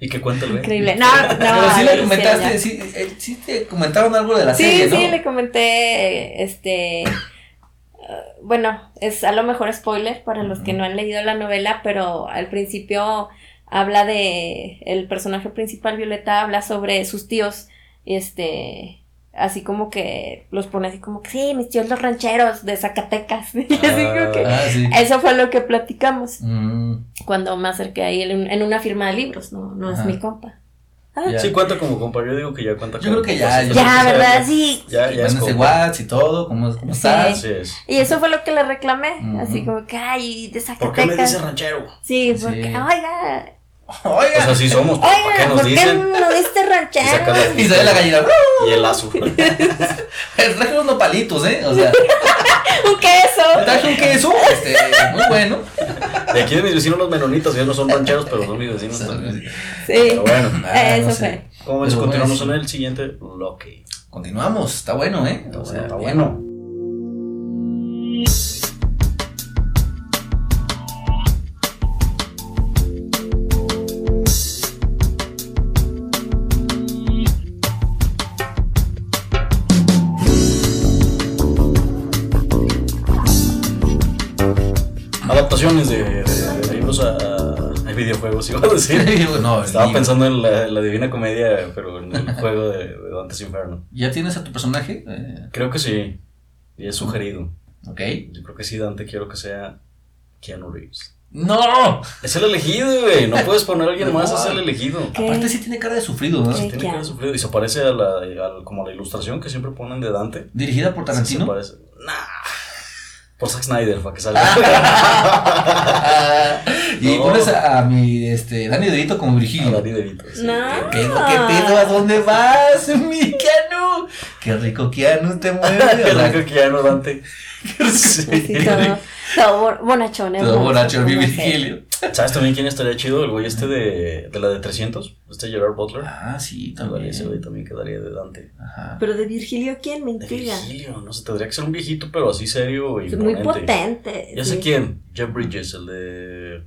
D: y...
B: ¿Y qué cuenta el güey?
D: Increíble. No, no,
C: Pero sí le
D: lo
C: comentaste,
D: hicieron
C: sí, eh, sí te comentaron algo de la
D: ya. Sí,
C: serie, ¿no?
D: sí, le comenté, eh, este... eh, Bueno, es a lo mejor spoiler para los que
C: Ujú.
D: no han leído la novela, pero al principio habla de el personaje principal Violeta habla sobre sus tíos, este, así como que los pone así como que sí, mis tíos los rancheros de Zacatecas. Y así como que
C: Ah, sí.
D: Eso fue lo que platicamos
C: Mm,
D: cuando me acerqué ahí en, en una firma de libros, no, no es
C: Ajá.
D: mi compa.
C: ya.
B: Sí, cuenta como compa. Yo digo que ya cuenta
C: Yo creo
B: como
C: que
B: compa,
C: ya,
B: sí,
C: yo
B: sí,
C: creo
D: Ya,
B: sí,
D: ¿verdad? Sí.
B: Ya, ya es
C: Mándense
B: compa.
C: WhatsApp y todo, ¿cómo, cómo estás?
B: Así es.
D: Y eso fue lo que le reclamé,
C: Ujú.
D: así como que, ay, de
B: ¿Por qué me dice
D: Zacatecas.
B: ranchero?
D: Sí, porque,
C: Sí.
D: oiga,
B: O sea,
C: Oiga,
B: sí somos, pero ¿para qué
D: oiga,
B: nos
D: ¿por qué
B: dicen?
D: no diste
B: Y saca
D: ranchero?
B: la-
C: y sale la gallina. ¡uh!
B: Y el azul.
C: Traje unos nopalitos, ¿eh? O sea,
D: Un queso.
C: tajo un queso, este, muy bueno.
B: De aquí de mis vecinos los menonitas, ellos no son rancheros, pero son mis vecinos también.
D: Sí.
B: Pero bueno,
C: Ah,
D: Eso
C: no
D: fue.
C: sé.
B: ¿cómo ves?
C: Pero bueno,
B: Continuamos
C: sí.
B: en el siguiente bloque.
C: Continuamos, está bueno, ¿eh?
B: Está
C: O sea,
B: bueno, está
C: bien.
B: bueno. Adaptaciones de, de- de libros a, a videojuegos, iba a decir.
C: Sí, no,
B: Estaba
C: y-
B: pensando en la, la Divina Comedia, pero en el juego de, de Dante's Inferno.
C: ¿Ya tienes a tu personaje? Eh,
B: Creo que sí. Y es sugerido.
C: ok.
B: Yo creo que sí, Dante, quiero que sea Keanu Reeves.
C: ¡No!
B: Es el elegido, güey. No puedes poner a alguien más, es el elegido.
D: ¿Qué?
C: Aparte sí tiene cara de sufrido, ¿no?
D: Sí.
B: Tiene que haber sufrido. Y se parece a la, al- como a la ilustración que siempre ponen de Dante.
C: Dirigida por
B: Sí, Se
C: Tarantino.
B: parece. Nah. Por Zack Snyder, para que salga.
C: y
B: No.
C: pones a, a mi este, Dani Devito como
B: A
C: Virgilio.
B: Danny DeVito, sí.
D: No.
C: ¿Qué, no, ¿Qué pedo? ¿A dónde vas, mi Keanu? Qué rico Keanu te mueve.
B: Qué rico Keanu Dante.
D: Así
B: Sí.
D: todo, todo bo- bonachón,
C: Todo
D: hermoso,
C: borracho, mi
D: no sé.
C: Virgilio.
B: ¿Sabes también quién estaría chido? El güey este de, de la de 300. Este Gerard Butler.
C: Ah, sí,
B: Igual Ese güey
C: también.
B: también quedaría de Dante.
C: Ajá.
D: Pero de Virgilio, ¿quién? Me
B: De
D: intriga.
B: Virgilio, no sé, tendría que ser un viejito, pero así serio y
D: Es Muy potente.
B: Ya sé
D: sí.
B: quién, Jeff Bridges, el de.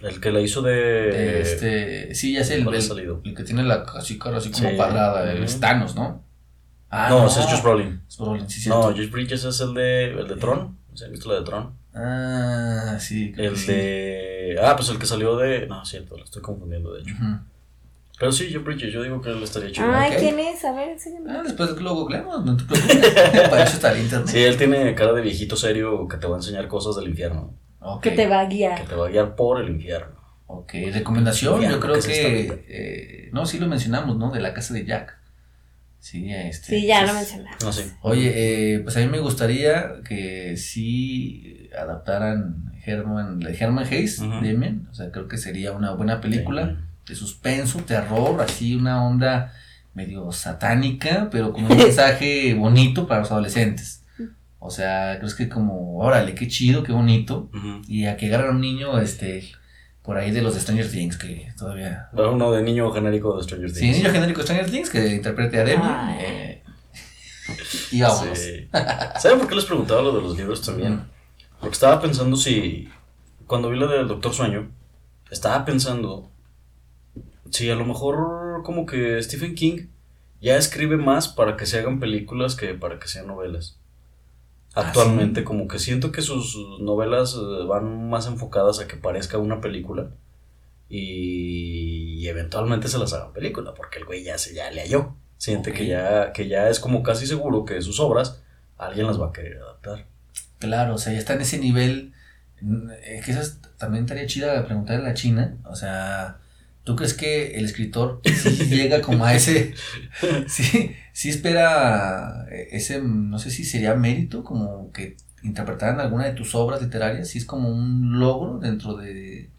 B: El que la hizo
C: Eh,
B: de.
C: Este, sí, ya sé, el,
B: ¿cuál ha
C: el-
B: salido?
C: el que tiene la así, cara así como
B: Sí.
C: cuadrada, el
B: Ujú.
C: Thanos, ¿no? Ah,
B: no, ese es Josh Brolin.
C: Brolin, sí,
B: No,
C: cierto.
B: Josh Bridges es el de. El de Tron. ¿Se han visto la de Tron?
C: Ah, sí. creo
B: El
C: que sí.
B: de. Ah, pues el que salió de. No, cierto, lo estoy confundiendo de hecho.
C: Ujú.
B: Pero sí, Jeff Bridges, yo digo que él estaría chido.
D: Ay,
C: Ok.
D: ¿quién es? A ver, enséñame.
C: Ah, después lo googleamos, no te preocupes. Para eso está el internet.
B: Sí, él tiene cara de viejito serio que te va a enseñar cosas del infierno.
C: Ok,
D: Que te va a
B: Que
D: guiar.
B: te va a guiar por el infierno.
C: ok. recomendación,
B: Ya,
C: yo creo
B: ¿qué es esta
C: que... eh, no, sí lo mencionamos, ¿no? De la casa de Jack. Sí, este...
D: Sí, ya lo
C: mencionamos.
D: mencionaste.
B: No sé.
C: Oye, eh, pues a mí me gustaría que sí adaptaran Herman, la de Herman Hayes,
B: Ujú.
C: Damien. O sea, creo que sería una buena película de suspenso, terror, así una onda medio satánica, pero con un mensaje bonito para los adolescentes. O sea, creo que como, órale, qué chido, qué bonito.
B: Ujú.
C: Y a que agarran a un niño, este, por ahí de los de Stranger Things, que todavía...
B: Era Uno de niño genérico de Stranger
C: Sí,
B: Things.
C: niño genérico de Stranger Things que interprete a
D: Ay.
C: Damien. eh, y vámonos.
B: Sí. ¿Saben por qué les preguntaba lo de los libros también? Porque estaba pensando si. Cuando vi la del Doctor Sueño, estaba pensando si a lo mejor, como que Stephen King ya escribe más para que se hagan películas que para que sean novelas.
C: Ah,
B: Actualmente, como que siento que sus novelas eh, van más enfocadas a que parezca una película y, y eventualmente se las hagan película, porque el güey ya, se, ya le halló. Siente
C: Ok.
B: que, ya, que ya es como casi seguro que sus obras alguien las va a querer adaptar.
C: Claro, o sea, ya está en ese nivel. mm, eh, que eso es- también estaría chida preguntarle a la China. O sea, ¿tú crees que el escritor sí llega como a ese. Sí, sí espera eh, ese. No sé si sería mérito, como que interpretaran alguna de tus obras literarias. Si es como un logro dentro de.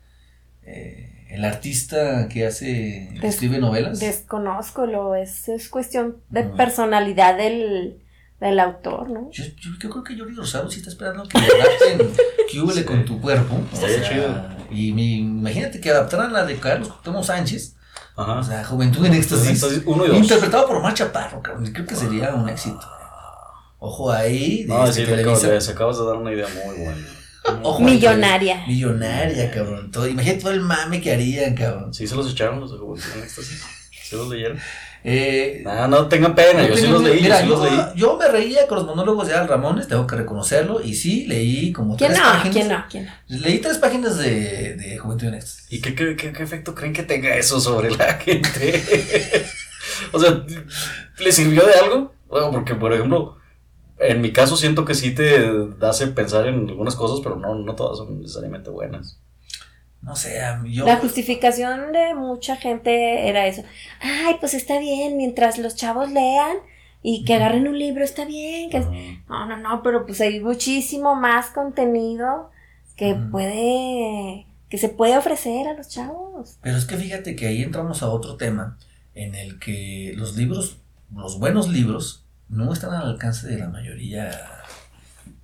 C: eh, el artista que hace.
D: Des-
C: escribe novelas.
D: Desconozco, lo es, es cuestión de
C: Ujú.
D: personalidad del, del autor, ¿no?
C: Yo, yo- yo creo que Jordi Rosado sí está esperando que le adapten que hule
B: Sí.
C: con tu cuerpo. o
B: Estaría
C: sea,
B: chido.
C: Y mi- imagínate que adaptaran la de Carlos Cuauhtémoc Sánchez, o
B: Ajá.
C: sea, Juventud en Éxtasis,
B: Entonces, uno y dos.
C: interpretado por Omar Chaparro, cabrón, y creo que sería un éxito. Ojo ahí, de
B: Ah, No,
C: este
B: Ah, sí, le acabo-
C: Televisa.
B: les acabas de dar una idea muy buena.
C: Ojo.
D: Millonaria.
C: Millonaria, cabrón. todo- imagínate todo el mame que harían, cabrón.
B: Sí, se los echaron los de Juventud en Éxtasis. ¿Sí los leyeron?
C: Eh,
B: No, no tengan pena, Ah, yo sí los leí,
C: Mira,
B: yo sí los leí.
C: yo me reía con los monólogos de Al Ramones, tengo que reconocerlo, y sí, leí como
D: ¿Quién
C: tres
D: no?
C: páginas.
D: ¿Quién no? ¿Quién no?
C: Leí tres páginas de, de Juventud en Éxtasis.
B: ¿Y qué, qué, qué- qué efecto creen que tenga eso sobre la gente? o sea, ¿le sirvió de algo? Bueno, porque, por ejemplo, en mi caso siento que sí te hace pensar en algunas cosas, pero no, no todas son necesariamente buenas.
C: No sé, a mí- yo.
D: La justificación de mucha gente era eso. Ay, pues está bien, mientras los chavos lean y que
C: Ujú.
D: agarren un libro, está bien. que- No, no, no, pero pues hay muchísimo más contenido que
C: Ujú.
D: puede, que se puede ofrecer a los chavos.
C: Pero es que fíjate que ahí entramos a otro tema en el que los libros, los buenos libros, no están al alcance de la mayoría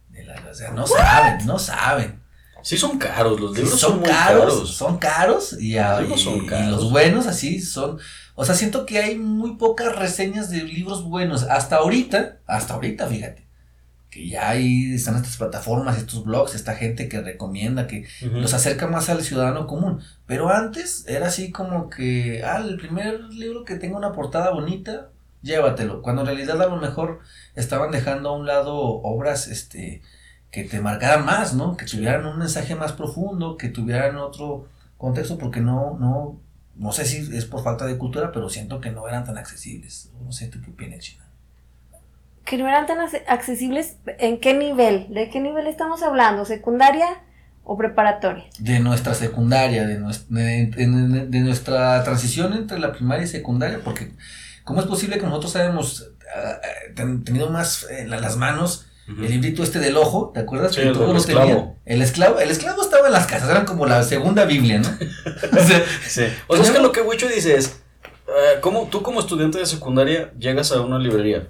C: de la O sea, no saben, no saben.
B: Sí son caros, los libros
C: son,
B: son, muy
C: caros,
B: caros.
C: son caros y, a-
B: Los libros
C: y-
B: son
C: y
B: caros.
C: los buenos así son. O sea, siento que hay muy pocas reseñas de libros buenos. Hasta ahorita, hasta ahorita, fíjate. Que ya hay, están estas plataformas, estos blogs, esta gente que recomienda, que
B: Ujú.
C: los acerca más al ciudadano común. Pero antes era así como que, ah, el primer libro que tenga una portada bonita, llévatelo. Cuando en realidad a lo mejor estaban dejando a un lado obras este, que te marcaran más, ¿no? Que tuvieran un mensaje más profundo, que tuvieran otro contexto, porque no, no, no sé si es por falta de cultura, pero siento que no eran tan accesibles. No sé tú qué opinas, China.
D: que no eran tan ac- accesibles, ¿en qué nivel? ¿De qué nivel estamos hablando? ¿Secundaria o preparatoria?
C: De nuestra secundaria, de, nues- de- de- de nuestra transición entre la primaria y secundaria, porque ¿cómo es posible que nosotros hayamos ah, ah, ten- tenido más eh, en la- las manos
B: Ujú.
C: el librito este del ojo? ¿Te acuerdas?
B: Sí,
C: que
B: el
C: todos
B: del
C: lo
B: esclavo.
C: tenían? El esclavo. El esclavo estaba en las casas, eran como la segunda Biblia, ¿no? O sea,
B: Sí. O sea, es que lo que Wicho dice es, eh, ¿cómo, tú como estudiante de secundaria llegas a una librería,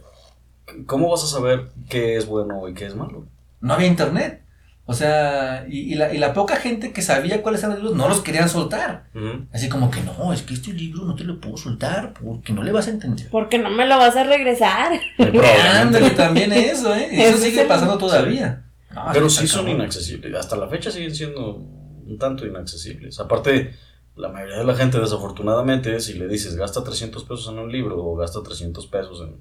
B: ¿cómo vas a saber qué es bueno y qué es malo?
C: no había internet. O sea, y, y la, y la poca gente que sabía cuáles eran los libros no los querían soltar.
B: Ujú.
C: Así como que no, es que este libro no te lo puedo soltar porque no le vas a entender.
D: Porque no me lo vas a regresar.
C: Ándale, también eso, ¿eh? Eso
D: Ese
C: sigue
D: es el-
C: pasando todavía. No,
B: Pero
C: está
B: sí son
C: Ah, cabrón.
B: inaccesibles. Hasta la fecha siguen siendo un tanto inaccesibles. Aparte, la mayoría de la gente, desafortunadamente, si le dices gasta 300 pesos en un libro o gasta 300 pesos en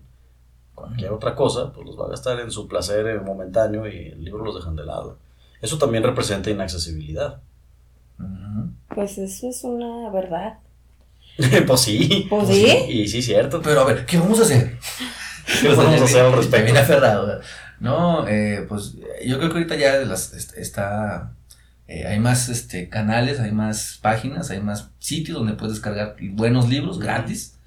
B: cualquier otra cosa, pues los va a gastar en su placer eh, momentáneo y el libro los dejan de lado. Eso también representa inaccesibilidad.
C: Ujú.
D: Pues eso es una verdad.
B: pues sí.
D: Pues sí.
B: Y sí, cierto.
C: Pero a ver, ¿qué vamos a hacer? Pues
B: ¿Qué les vamos a hacer al
C: También
B: respecto?
C: aferrado. ¿verdad? No, eh, pues yo creo que ahorita ya las, est- está. eh, hay más este, canales, hay más páginas, hay más sitios donde puedes descargar buenos libros
B: Ujú.
C: gratis.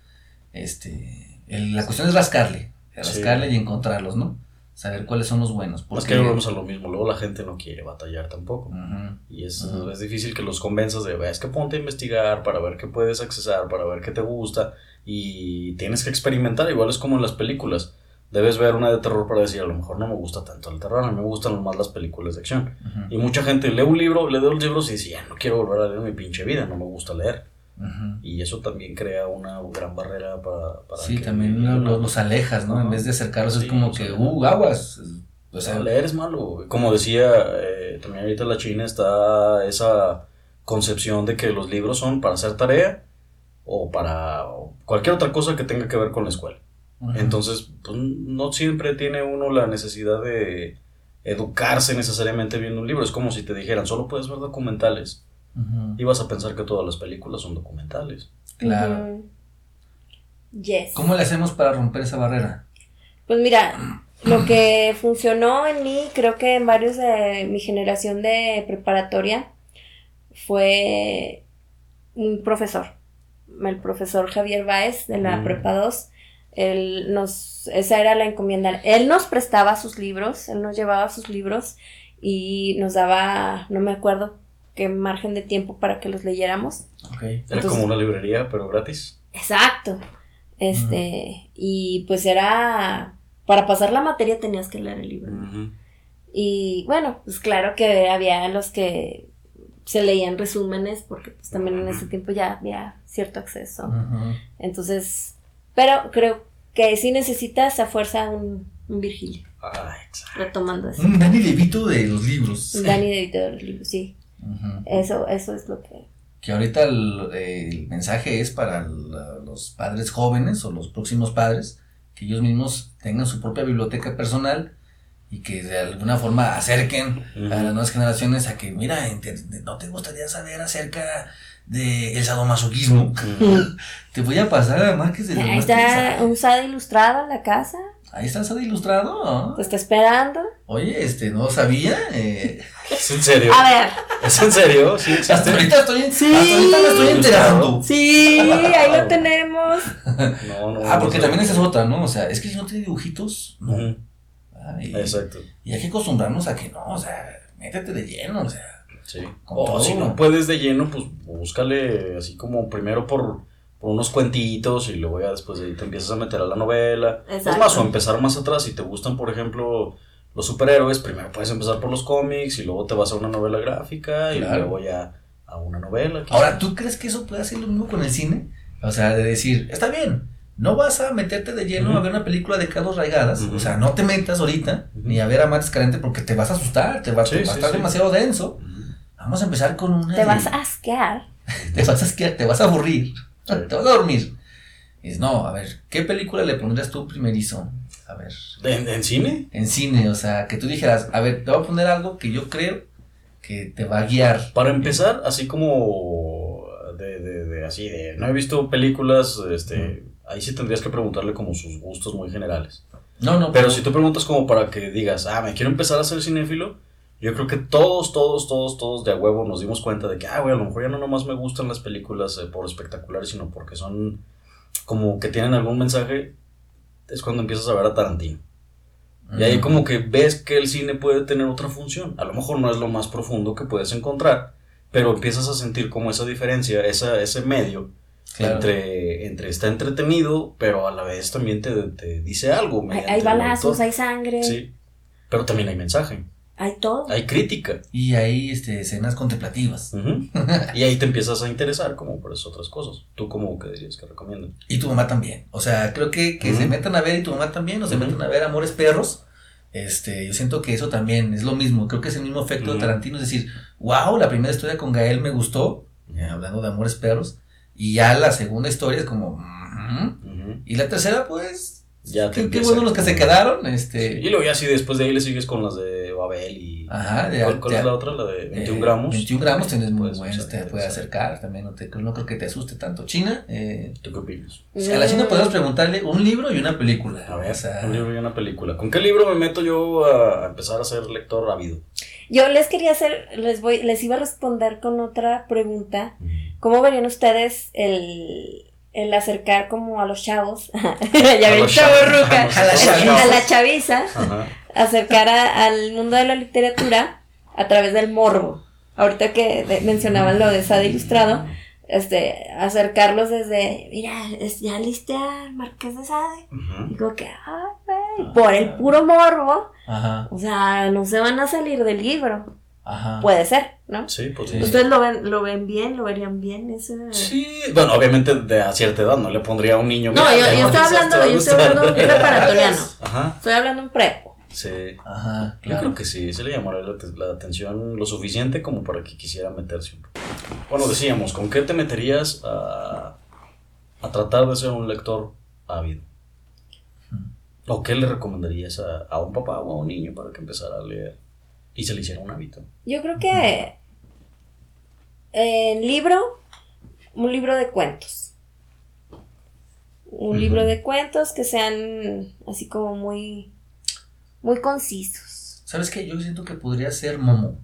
C: Este, el- la cuestión es rascarle, rascarle
B: Sí.
C: y encontrarlos, ¿no? Saber cuáles son los buenos.
B: Pues
C: Porque,
B: que volvemos a lo mismo. Luego la gente no quiere batallar tampoco.
C: Ujú.
B: Y es,
C: Ujú.
B: es difícil que los convenzas de, "Ve, es que ponte a investigar para ver qué puedes accesar, para ver qué te gusta y tienes que experimentar, igual es como en las películas. Debes ver una de terror para decir, a lo mejor no me gusta tanto el terror, a mí me gustan más las películas de acción.
C: Ujú.
B: Y mucha gente lee un libro, lee dos libros y dice, ya no quiero volver a leer mi pinche vida, no me gusta leer.
C: Ujú.
B: Y eso también crea una gran barrera para... para
C: Sí,
B: que-
C: también lo- lo- los alejas, ¿no? En
B: Ajá.
C: vez de acercarlos
B: Sí,
C: es como
B: los
C: que,
B: alejas.
C: uh, aguas. O
B: O
C: sea,
B: sea, leer es malo. Como decía, eh, también ahorita en la China está esa concepción de que los libros son para hacer tarea o para cualquier otra cosa que tenga que ver con la escuela.
C: ujú.
B: Entonces, pues, no siempre tiene uno la necesidad de educarse necesariamente viendo un libro. Es como si te dijeran, solo puedes ver documentales.
C: Ujú.
B: Y vas a pensar que todas las películas son documentales.
C: Claro.
D: Ujú. Yes.
C: ¿Cómo le hacemos para romper esa barrera?
D: Pues mira, lo que funcionó en mí, creo que en varios de mi generación de preparatoria, fue un profesor, el profesor Javier Báez de la
B: Mm.
D: Prepa 2. Él nos, esa era la encomienda. Él nos prestaba sus libros, él nos llevaba sus libros y nos daba, no me acuerdo qué margen de tiempo para que los leyéramos.
C: Okay.
B: Era
D: Entonces-
B: como una librería, pero gratis.
D: Exacto. Este, y pues era, para pasar la materia tenías que leer el libro. Y bueno, pues claro que había los que se leían resúmenes, porque pues también en ese tiempo ya había cierto acceso. Entonces, pero creo que sí necesitas a fuerza un, un Virgilio,
B: Ah, exacto.
D: retomando eso.
C: Un Danny DeVito de los libros.
D: Un Dani de Vito de los Libros, sí.
C: Ujú.
D: Eso, eso es lo que...
C: Que ahorita el, el mensaje es para la- los padres jóvenes o los próximos padres que ellos mismos tengan su propia biblioteca personal y que de alguna forma acerquen
B: Ujú.
C: a las nuevas generaciones a que, mira, ente- no te gustaría saber acerca del el sadomasoquismo. Te voy a pasar a Márquez de los
D: Ahí
C: Márquez.
D: está un sad ilustrado en la casa,
C: Ahí está el Sado Ilustrado.
D: te está esperando.
C: Oye, este, no sabía. eh,
B: ¿Es en serio?
D: A ver,
B: ¿Es en serio? Sí, existe.
C: hasta ahorita estoy,
D: Sí.
C: hasta ahorita me estoy enterando.
D: Sí, ahí lo tenemos.
B: No, no.
C: Ah, porque
B: no sé.
C: también esa es otra, ¿no? O sea, es que si no tiene dibujitos, no.
B: Ujú,
C: Ah, y,
B: Exacto.
C: y hay que acostumbrarnos a que no, o sea, métete de lleno, o sea.
B: Sí.
C: Con
B: O
C: todo.
B: si no puedes de lleno, pues búscale así como primero por, por unos cuentitos y luego ya después de ahí te empiezas a meter a la novela.
D: Exacto.
B: Es más, o empezar más atrás. Si te gustan, por ejemplo, los superhéroes, primero puedes empezar por los cómics y luego te vas a una novela gráfica y
C: Claro.
B: luego ya a una novela. quizá.
C: Ahora, ¿tú crees que eso puede hacer lo mismo con el cine? O sea, de decir, está bien, no vas a meterte de lleno
B: Ujú.
C: a ver una película de Carlos Raigadas,
B: Ujú.
C: o sea, no te metas ahorita
B: Ujú.
C: ni a ver a Mates Carente porque te vas a asustar, te va,
B: Sí,
C: te va a
B: sí,
C: estar
B: sí.
C: demasiado denso.
B: Ujú.
C: Vamos a empezar con una...
D: Te
C: de-
D: vas a asquear.
C: te vas a asquear, te vas a aburrir,
B: Sí.
C: te vas a dormir. Y dices, no, a ver, ¿qué película le pondrías tú primerizo? A ver,
B: ¿En, en cine?
C: en cine, o sea, que tú dijeras, a ver, te voy a poner algo que yo creo que te va a guiar.
B: Para empezar, así como de, de, de- así de, no he visto películas, este, ahí sí tendrías que preguntarle como sus gustos muy generales.
C: No, no,
B: Pero si tú preguntas como para que digas, ah, me quiero empezar a ser cinéfilo, yo creo que todos, todos, todos, todos de a huevo nos dimos cuenta de que, ah, güey, a lo mejor ya no nomás me gustan las películas eh, por espectaculares, sino porque son como que tienen algún mensaje, es cuando empiezas a ver a Tarantino. Y ahí como que ves que el cine puede tener otra función. A lo mejor no es lo más profundo que puedes encontrar, pero empiezas a sentir como esa diferencia, esa, ese medio
C: Claro.
B: entre, entre está entretenido, pero a la vez también te, te dice algo.
D: Hay,
B: mediante
D: hay
B: el
D: balazos,
B: autor.
D: hay sangre,
B: Sí, pero también hay mensaje,
D: hay todo.
B: hay crítica.
C: Y ahí este, escenas contemplativas.
B: Ujú. Y ahí te empiezas a interesar como por esas otras cosas. ¿Tú cómo que dirías que recomiendan?
C: Y tu mamá también. O sea, creo que, que
B: Ujú.
C: se metan a ver y tu mamá también, o se
B: Ujú.
C: metan a ver Amores Perros. Este, yo siento que eso también es lo mismo. Creo que es el mismo efecto de
B: Ujú.
C: Tarantino. Es decir, wow, la primera historia con Gael me gustó, eh, hablando de Amores Perros. Y ya la segunda historia es como. "Ujú".
B: Ujú.
C: Y la tercera, pues.
B: Ya
C: Qué,
B: te
C: qué
B: empieza-
C: bueno los que se quedaron. Este,
B: Y luego ya sí, después de ahí le sigues con las de Babel y...
C: Ajá, de
B: ¿Cuál, cuál
C: de-
B: es la otra? La de 21
C: Ah, eh,
B: gramos. Pues,
C: 21 gramos tienes muy
B: Puedes
C: bueno,
B: usar,
C: te puede
B: puedes
C: acercar también, no, te- no creo que te asuste tanto. China, eh,
B: ¿Tú qué opinas?
C: a la China
D: Mm.
C: podemos preguntarle un libro y una película.
B: A ver,
C: o sea,
B: un libro y una película. ¿Con qué libro me meto yo a empezar a ser lector ávido?
D: Yo les quería hacer, les voy, les iba a responder con otra pregunta ¿Cómo verían ustedes el, el acercar como a los chavos? ya ven,
B: los
D: chavos
B: chavos.
D: ruca.
B: A los
D: A la
B: chavos.
D: chaviza.
B: Ajá.
D: Acercar a- al mundo de la literatura a través del morbo. Ahorita que de- mencionaban lo de Sade Ilustrado, este, acercarlos desde, mira, es- ya liste al Marqués de Sade.
B: Ujú.
D: Digo que, ay,
B: Ah,
D: güey, por el puro morbo,
C: Ajá,
D: o sea, no se van a salir del libro.
C: ajá.
D: Puede ser, ¿no?
B: Ah. Sí, pues
C: Sí.
D: ¿Ustedes lo ven, lo ven bien? ¿Lo verían bien? Eso...
B: Sí, bueno, obviamente de a cierta edad no le pondría a un niño.
D: No,
B: "Mira,
D: yo, yo
B: te va a
D: estaba
B: gustar,
D: hablando,
B: te va a
D: yo estaba
B: gustar".
D: hablando de un preparatoriano.
B: Ajá,
D: Estoy hablando de un prepo.
B: sí.
C: Ajá,
B: Yo
C: claro.
B: creo que sí, se le llamará la, te- la atención lo suficiente como para que quisiera meterse. un poco. Bueno, decíamos, ¿con qué te meterías a, a tratar de ser un lector ávido?
D: Hmm.
B: ¿O qué le recomendarías a, a un papá o a un niño para que empezara a leer y se le hiciera un hábito?
D: Yo creo que en libro, un libro de cuentos. Un
B: Ujú.
D: libro de cuentos que sean así como muy, muy concisos.
C: ¿Sabes qué? Yo siento que podría ser Momo.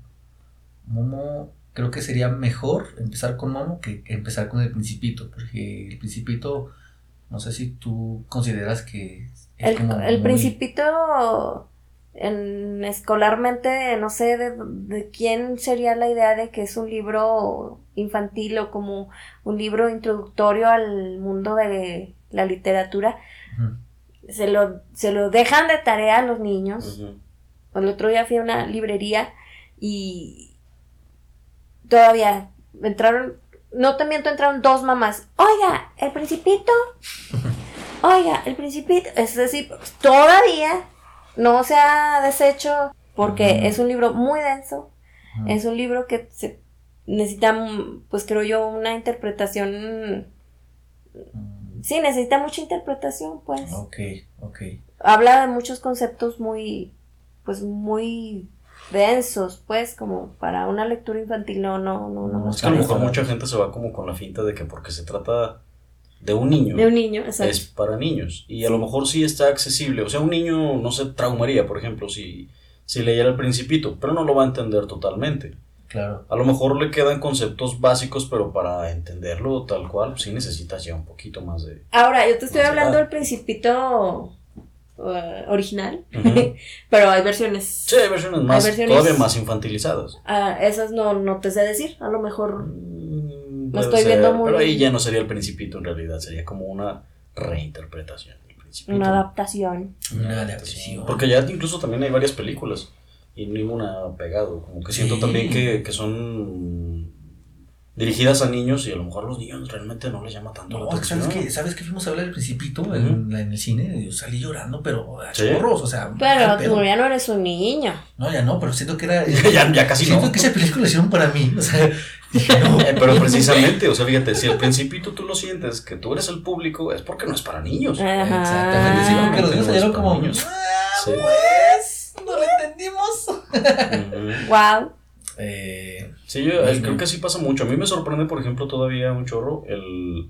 C: Momo, creo que sería mejor empezar con Momo que empezar con el Principito, porque el Principito, no sé si tú consideras que es
D: El,
C: como
D: el
C: muy-
D: principito en, escolarmente, no sé de, de quién sería la idea de que es un libro infantil o como un libro introductorio al mundo de la literatura.
C: Ujú.
D: se lo, se lo dejan de tarea a los niños.
B: Ujú.
D: El otro día fui a una librería y todavía entraron, no te miento, entraron dos mamás. Oiga, el principito. Oiga, el principito. Es decir, todavía no se ha deshecho porque
C: Ujú.
D: es un libro muy denso.
C: Ujú.
D: Es un libro que se necesita, mm, pues creo yo, una interpretación.
C: Mm,
D: Sí, necesita mucha interpretación, pues.
C: Ok, ok.
D: habla de muchos conceptos muy, pues muy densos, pues, como para una lectura infantil, no, no, no, no.
C: No,
B: Es que a lo mejor
C: Claro.
B: mucha gente se va como con la finta de que porque se trata de un niño.
D: De un niño, exacto.
B: es para niños. Y a lo mejor sí está accesible. O sea, un niño no se traumaría, por ejemplo, si, si leyera El Principito, pero no lo va a entender totalmente.
C: Claro.
B: A lo mejor le quedan conceptos básicos, pero para entenderlo tal cual, sí necesitas ya un poquito más de...
D: Ahora, yo te estoy
B: No se
D: hablando
B: da.
D: del principito eh, original,
B: Ujú.
D: pero hay versiones.
B: Sí, hay versiones más,
D: versiones-
B: todavía más infantilizadas.
D: Ah, esas no, no te sé decir, a lo mejor.
B: No Mm,
D: estoy viendo muy-
B: Pero ahí ya no sería El Principito en realidad, sería como una reinterpretación. del Principito. principio.
D: Una adaptación.
C: Una adaptación.
B: pues, Porque ya incluso también hay varias películas y ninguna ha pegado. Como que siento
C: Sí.
B: también que, que son dirigidas a niños y a lo mejor a los niños realmente no les llama tanto la
C: No, es que
B: atención.
C: ¿sabes qué? ¿Sabes qué fuimos a hablar al principito en,
B: Ujú.
C: la- en el cine? Yo salí llorando, pero a
B: Sí.
C: chorros, o sea.
D: Pero
B: Ah,
C: al pedo.
D: tú ya no eres un niño.
C: No, ya no, pero siento que era.
B: ya, ya casi
C: siento
B: no.
C: que esa película la hicieron para mí. O sea, dije, no.
B: Eh, Pero precisamente, o sea, fíjate, si al principito tú lo sientes que tú eres el público, es porque no es para niños.
D: Ajá.
C: Exactamente. Sí, porque los niños
B: No es
C: salieron
B: para
C: como.
B: niños.
C: "Ah,
B: Sí.
C: Pues, no lo entendimos.
B: Ujú.
D: Wow.
C: Eh,
B: Sí, yo eh,
C: Ujú.
B: creo que sí pasa mucho. A mí me sorprende, por ejemplo, todavía un chorro el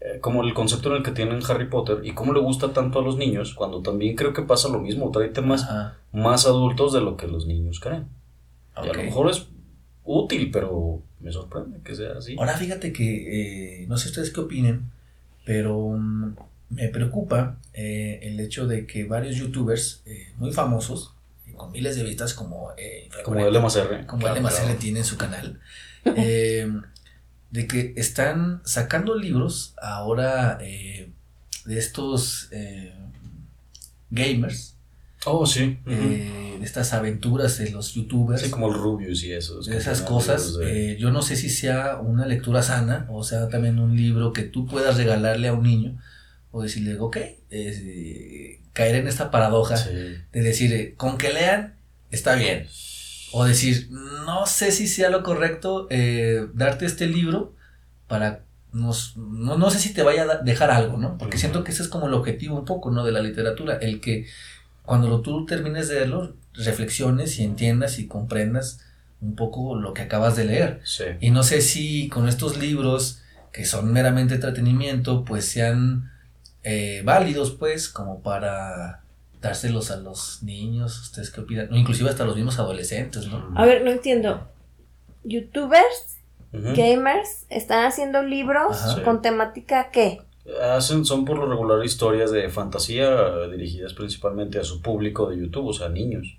B: eh, como el concepto en el que tienen Harry Potter y cómo le gusta tanto a los niños, cuando también creo que pasa lo mismo, trae temas
C: pues, ajá,
B: más adultos de lo que los niños creen. Y a
C: ok.
B: lo mejor es útil, pero me sorprende que sea así.
C: Ahora fíjate que, eh, no sé ustedes qué opinen, pero mm, me preocupa eh, el hecho de que varios youtubers eh, muy famosos, y con miles de vistas como eh,
B: Como el MSR.
C: como
B: E. Claro,
C: el MSL
B: claro.
C: tiene en su canal, eh, de que están sacando libros ahora eh, de estos eh, gamers,
B: Oh, sí. ujú.
C: eh, de estas aventuras de los youtubers.
B: Sí, como el Rubius y eso. es
C: de
B: que
C: esas
B: tenía
C: cosas,
B: libros de-
C: eh, yo no sé si sea una lectura sana o sea también un libro que tú puedas regalarle a un niño o decirle, ok, es, eh, caer en esta paradoja
B: sí.
C: de decir, eh, con que lean, está bien. O decir, no sé si sea lo correcto eh, darte este libro para... Nos, no, no sé si te vaya a da- dejar algo, ¿no? Porque
B: Ujú.
C: siento que ese es como el objetivo un poco, ¿no? De la literatura, el que cuando lo- tú termines de leerlo, reflexiones y entiendas y comprendas un poco lo que acabas de leer.
B: Sí.
C: Y no sé si con estos libros que son meramente entretenimiento, pues sean eh, válidos, pues, como para dárselos a los niños, ¿ustedes qué opinan? O inclusive hasta a los mismos adolescentes, ¿no?
D: A ver, no entiendo. ¿Youtubers,
B: Ujú.
D: gamers, están haciendo libros
C: Ajá.
B: Sí.
D: con temática qué?
B: Hacen, son por lo regular historias de fantasía eh, dirigidas principalmente a su público de YouTube, o sea, niños.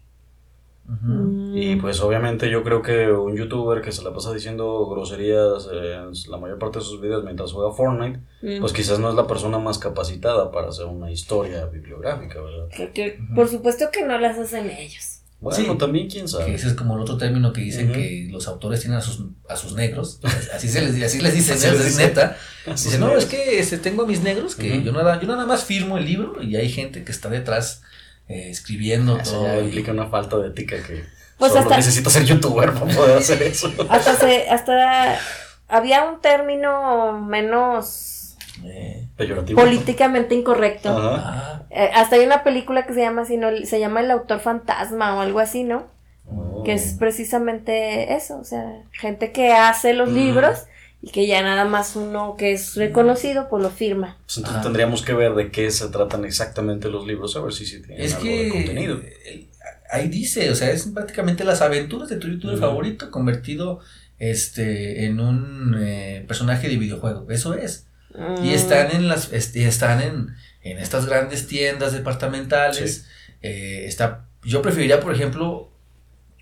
D: Mm.
C: Ujú.
B: Y pues obviamente yo creo que un youtuber que se la pasa diciendo groserías eh, en la mayor parte de sus videos mientras juega Fortnite,
D: Mm.
B: pues quizás no es la persona más capacitada para hacer una historia bibliográfica, ¿verdad?
D: Que- que
C: Ujú.
D: por supuesto que no las hacen ellos.
B: Bueno,
C: Sí.
B: también quién
C: Que
B: sabe.
C: ese es como el otro término que dicen
B: Ujú.
C: que los autores tienen a sus, a sus negros, así, se les, así les dicen,
B: Así
C: ¿eh?
B: les
C: Es
B: dicen.
C: neta.
B: Así
C: Dice, no, es que este, tengo a mis negros que
B: Ujú.
C: yo, nada, yo nada más firmo el libro y hay gente que está detrás eh, escribiendo
B: Eso ya
C: todo. y-
B: implica una falta de ética que
D: Pues
B: solo
D: hasta-
B: necesita ser youtuber para poder hacer eso.
D: Hasta se, hasta había un término menos
C: eh,
B: Peyorativo.
D: políticamente incorrecto.
B: Ajá.
C: ah,
D: Eh, hasta hay una película que se llama así, ¿no? Se llama El autor fantasma o algo así, ¿no?
B: Oh.
D: Que es precisamente eso, o sea, gente que hace los
B: Ujú.
D: libros y que ya nada más uno que es reconocido, pues lo firma.
B: Pues entonces
C: Ajá.
B: tendríamos que ver de qué se tratan exactamente los libros, a ver si, sí tienen
C: es
B: algo de
C: que
B: contenido.
C: el- ahí dice, o sea, es prácticamente las aventuras de tu youtuber
B: Ujú.
C: favorito convertido este en un eh, personaje de videojuego. Eso es.
D: Mm.
C: Y están en las est- y están en, en estas grandes tiendas departamentales. Eh, está yo preferiría, por ejemplo,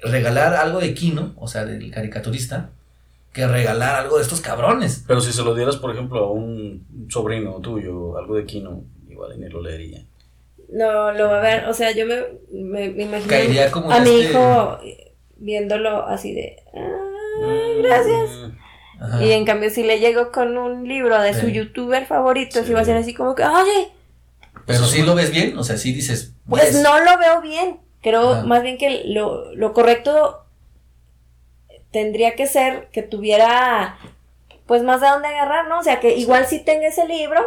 C: regalar algo de Kino, o sea, del caricaturista, que regalar algo de estos cabrones.
B: Pero si se lo dieras, por ejemplo, a un sobrino tuyo, algo de Kino, igual y ni lo leería.
D: Mm, No, lo va a ver, o sea, yo me, me, me imagino
C: Caería como
D: a
C: en
D: mi
C: este-
D: hijo viéndolo así de, "Ah, gracias.
B: Mm,
C: este, Ajá.
D: Y en cambio, si le llego con un libro de su
C: ah. Sí.
D: youtuber favorito,
B: Sí.
D: si va a ser así como que, oye,
C: Pero si lo ves bien, o sea, si dices,
D: pues
C: "Ves".
D: no lo veo bien. Creo
C: Ajá.
D: más bien que lo, lo correcto tendría que ser que tuviera, pues, más de dónde agarrar, ¿no? O sea, que igual sí tenga ese libro,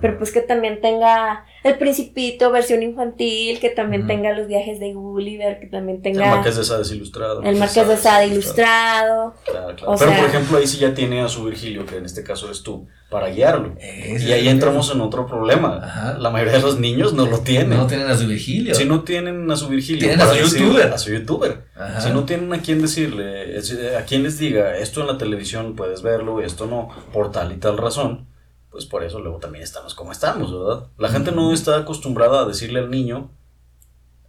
D: pero pues que también tenga El Principito, versión infantil, que también
C: Ujú.
D: tenga Los viajes de Gulliver, que también
B: El
D: tenga...
B: Marqués de Sade es ilustrado.
D: El Marqués de Sade ilustrado.
B: Claro, claro.
D: O
B: Pero,
D: sea-
B: por ejemplo, ahí sí ya tiene a su Virgilio, que en este caso eres tú, para guiarlo.
C: Ese
B: Y ahí
C: es-
B: entramos en otro problema.
C: Ajá.
B: La mayoría de los niños no lo tienen.
C: No tienen a su Virgilio.
B: si no tienen a su Virgilio,
C: Tienen a
B: para
C: su
B: decirle-
C: youtuber.
B: A su youtuber.
C: Ajá.
B: Si no tienen a quién decirle, es- eh, a quien les diga, esto en la televisión puedes verlo, esto no, por tal y tal razón, pues por eso luego también estamos como estamos, ¿verdad? La gente no está acostumbrada a decirle al niño,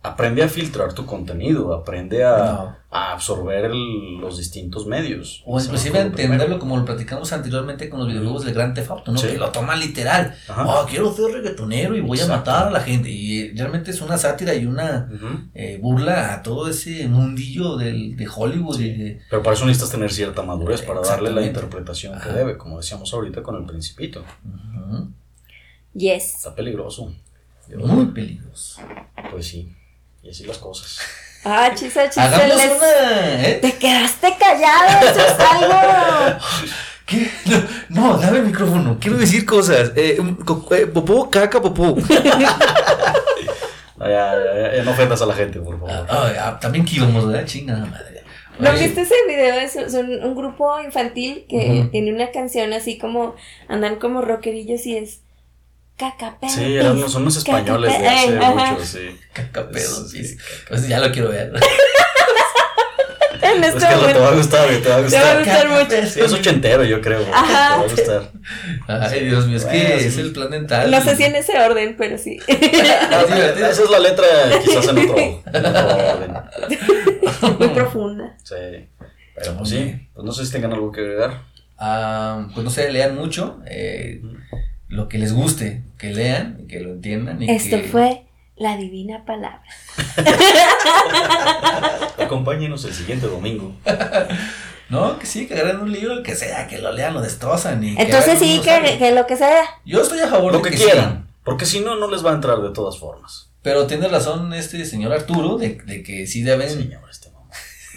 B: aprende a filtrar tu contenido, aprende a, a absorber el- los distintos medios.
C: O inclusive
B: Eso es lo primero.
C: entenderlo como lo platicamos anteriormente con los videojuegos del Gran Theft Auto, ¿no?
B: Sí.
C: Que lo toma literal.
B: Ajá.
C: Oh, quiero ser reggaetonero y voy a
B: Exacto.
C: matar a la gente. Y eh, realmente es una sátira y una
B: Ujú.
C: eh, burla a todo ese mundillo del, de Hollywood. y de-
B: Pero para eso necesitas tener cierta madurez para darle la
C: Exactamente.
B: interpretación
C: Ajá.
B: que debe, como decíamos ahorita con el principito.
C: Ujú.
D: Yes.
B: Está peligroso. Dios.
C: Muy peligroso.
B: Pues sí. Y así las cosas.
D: Ah, chisa, chisa.
C: Hagamos
D: les-
C: una. ¿eh?
D: Te quedaste callado, eso es algo.
C: ¿Qué? No, no, dame el micrófono. Quiero decir cosas. Eh, co- eh, popó, caca, popó.
B: No, Ah, ya, ya, ya, no ofendas a la gente, por favor.
C: Ah, ah, ah, también que íbamos, ¿verdad? Chingada madre.
D: ¿No
C: Oye,
D: viste ese video? Es, es un, un grupo infantil que
C: Ujú.
D: tiene una canción así como. Andan como rockerillos y es. Cacapedo.
B: Sí, eran, son unos españoles de hace mucho, sí.
C: Caca pedo, sí.
B: Sí,
C: Pues ya lo quiero ver.
D: En
B: Es
D: este
B: que lo- te
D: momento.
B: va a gustar, güey, te va a
D: Te va a
B: gustar.
D: gustar mucho.
B: Sí, es ochentero, yo creo. güey,
D: Ajá.
B: Te va a gustar.
C: Ay, Dios mío, es que
B: Bueno, sí.
C: es el plan dental.
D: No sé si en ese orden, pero sí.
B: Ah, sí, Esa es la letra, quizás en otro, en otro orden.
D: Muy profunda.
B: Sí. Pero pues sí, pues no sé si tengan algo que agregar.
C: Ah, pues no sé, lean mucho. eh, lo que les guste, que lean, y que lo entiendan. Y
D: Esto
C: que-
D: fue la divina palabra.
B: Acompáñenos el siguiente domingo.
C: No, que sí, que agarren un libro, el que sea, que lo lean, lo destrozan. Y que
D: Entonces
C: hagan
D: sí,
C: unos
D: que,
C: años.
D: que lo que sea.
C: Yo estoy a favor
B: Lo
C: de
B: que
C: que sí,
B: quieran, porque si no, no les va a entrar de todas formas.
C: pero tiene razón este señor Arturo de, de que sí deben
B: Señor, este mamón.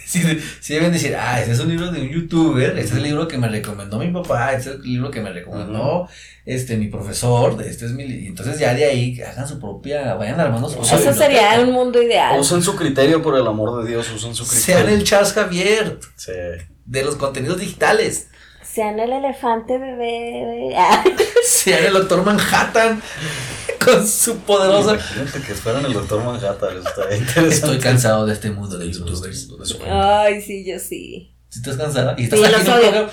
C: Sí, sí deben decir, ah, ese es un libro de un youtuber, ese es el libro que me recomendó mi papá, ese es el libro que me recomendó este mi profesor, de este es mi li-". entonces ya de ahí hagan su propia, vayan armando su propia
D: Eso
C: biblioteca.
D: sería un mundo ideal.
B: Usen su criterio, por el amor de Dios, usen su
C: Sean el
B: criterio.
C: Charles Javier
B: Sí.
C: de los contenidos digitales,
D: Sean el elefante bebé.
C: sean el doctor Manhattan con su poderosa.
B: Imagínate que fueran el doctor Manhattan, eso estaría interesante.
C: Estoy cansado de este mundo de youtubers.
B: De
D: Ay, sí, yo sí.
C: Si estás cansada y estás
D: Sí,
C: aquí
D: los
C: en un
D: odio.
C: programa-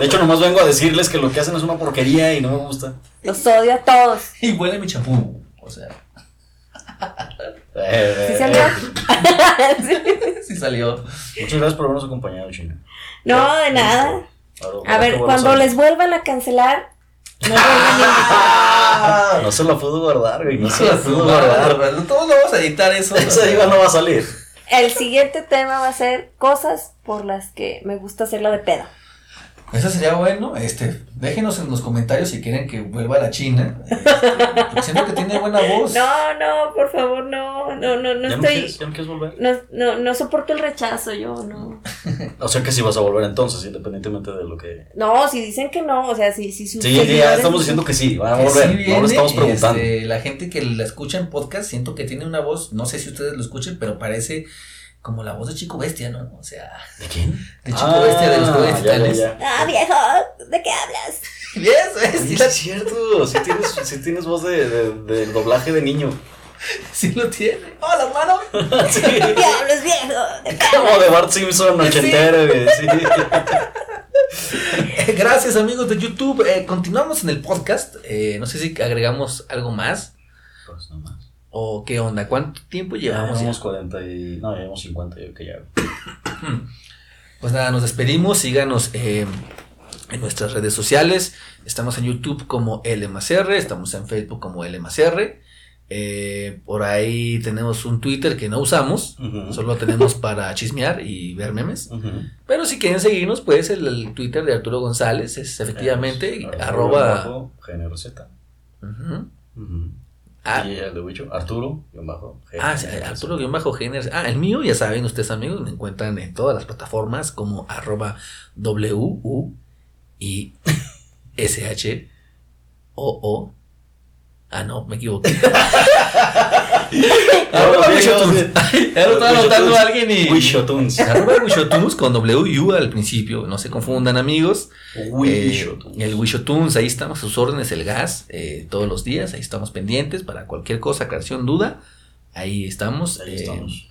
B: hecho, nomás vengo a decirles que lo que hacen es una porquería y no me gusta.
D: Los odio a todos.
C: y huele mi champú, o sea,
B: Eh,
D: ¿Sí
B: eh,
D: salió? Sí.
C: sí salió.
B: Muchas gracias por habernos acompañado, China.
D: No, de nada. A ver, cuando les vuelvan a cancelar, no vuelvan a invitar.
B: Ah, No se la pudo guardar, güey. No se la pudo guardar.
C: Todos lo vamos a editar eso.
B: Esa diva no va a salir.
D: El siguiente tema va a ser cosas por las que me gusta hacerlo de pedo.
C: Eso sería bueno, este, déjenos en los comentarios si quieren que vuelva a la China. este, porque siento que tiene buena voz.
D: No, no, por favor, no, no, no, no
B: ¿Ya no
D: estoy.
B: quieres? ¿Ya no quieres volver?
D: No, no, no soporto el rechazo, yo no.
B: O sea que sí vas a volver entonces, independientemente de lo que.
D: No, si dicen que no, o sea, si, si sus
B: Sí, sí, ya
D: seguidores-
B: estamos diciendo que sí, van a
C: Que sí
B: volver. no
C: viene,
B: lo estamos preguntando.
C: este, la gente que la escucha en podcast, siento que tiene una voz, no sé si ustedes lo escuchen, pero parece como la voz de Chico Bestia, ¿no? O sea,
B: ¿De quién?
C: de Chico Bestia de los Juegos
B: Ah, ya, ya,
C: Digitales.
B: ya.
D: Ah, viejo, ¿de qué hablas?
C: Yes,
B: Oye,
C: sí,
B: sí
C: la-
B: es cierto, sí tienes, sí tienes voz de, de, del doblaje de niño.
C: sí lo tiene. Hola, hermano.
B: Sí,
D: ¿De qué hablas, viejo? ¿De qué
B: como de Bart Simpson ochentero, güey, sí.
C: Eh, Gracias, amigos de YouTube. Eh, continuamos en el podcast. Eh, no sé si agregamos algo más
B: Pues no más.
C: o qué onda. ¿Cuánto tiempo llevamos?
B: Llevamos
C: ya?
B: 40 y. No, llevamos 50, yo que ya.
C: Pues nada, nos despedimos. Síganos eh, en nuestras redes sociales. Estamos en YouTube como LMCR, estamos en Facebook como LMCR. Eh, por ahí tenemos un Twitter que no usamos,
B: Ujú.
C: solo lo tenemos para chismear y ver memes.
B: Ujú.
C: Pero si quieren seguirnos, pues el, el Twitter de Arturo González es efectivamente
B: Arturo
C: arroba.
B: bajo, Género Z.
C: Ujú.
B: Ujú.
C: Ah,
B: Y el de Huicho, Arturo, guión bajo. género
C: Ah, sí,
B: Z.
C: Arturo guión bajo Género. Ah, el mío, ya saben ustedes amigos, me encuentran en todas las plataformas como arroba W U I S H O O. Ah, no, me equivoqué.
B: Ah,
C: arroba
B: Dios,
C: Wishotunes.
B: sí.
C: Ay, Ya lo estaba
B: Wishotunes.
C: anotando alguien y.
B: Wishotunes.
C: Arroba Wishotunes con W y U al principio. No se confundan, amigos. Eh,
B: Wishotunes.
C: el Wishotunes, ahí estamos a sus órdenes, el gas, eh, todos los días, ahí estamos pendientes para cualquier cosa, creación, duda. Ahí estamos.
B: Ahí
C: eh,
B: estamos.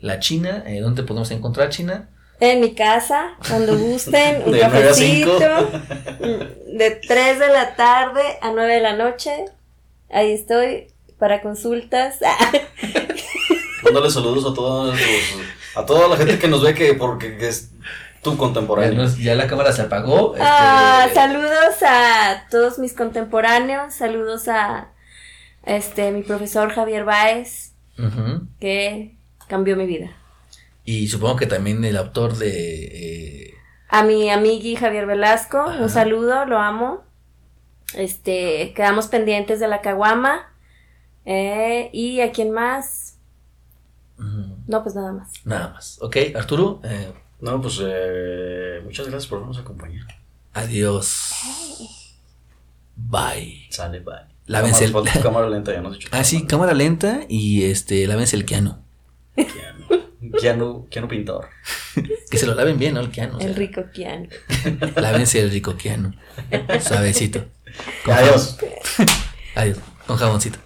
C: La China, eh, ¿dónde te podemos encontrar, China?
D: En mi casa, cuando gusten, un
B: De nueve a
D: cafecito. mm, De 3 de la tarde a 9 de la noche. Ahí estoy para consultas.
B: Dándole saludos a todos los- a toda la gente que nos ve que porque que es tu
C: Ya,
B: contemporáneo.
C: nos- ya la cámara se apagó. este,
D: Ah, saludos a todos mis contemporáneos, saludos a este mi profesor Javier Báez,
C: ujú.
D: que cambió mi vida.
C: Y supongo que también el autor de... eh,
D: A mi amigui Javier Velasco,
C: Ajá.
D: un saludo, lo amo. Este, quedamos pendientes de la caguama. Eh, ¿Y a quién más?
C: ujú,
D: No, pues nada más.
C: nada más. Ok, Arturo, eh,
B: No, pues eh, muchas gracias por vernos acompañar.
C: adiós. Bye.
B: Sale, bye.
C: Lávense el-
B: Cámara- falta cámara lenta, ya nos he dicho.
C: Ah, sí, cámara lenta y este, lávense el Keanu.
B: Keanu, Keanu, Keanu Pintor.
C: Que se lo laven bien, ¿no? El Keanu. o sea,
D: El rico Kian.
C: Lávense el rico Keanu. Suavecito. Con
B: Adiós.
C: Adiós. Con jaboncito.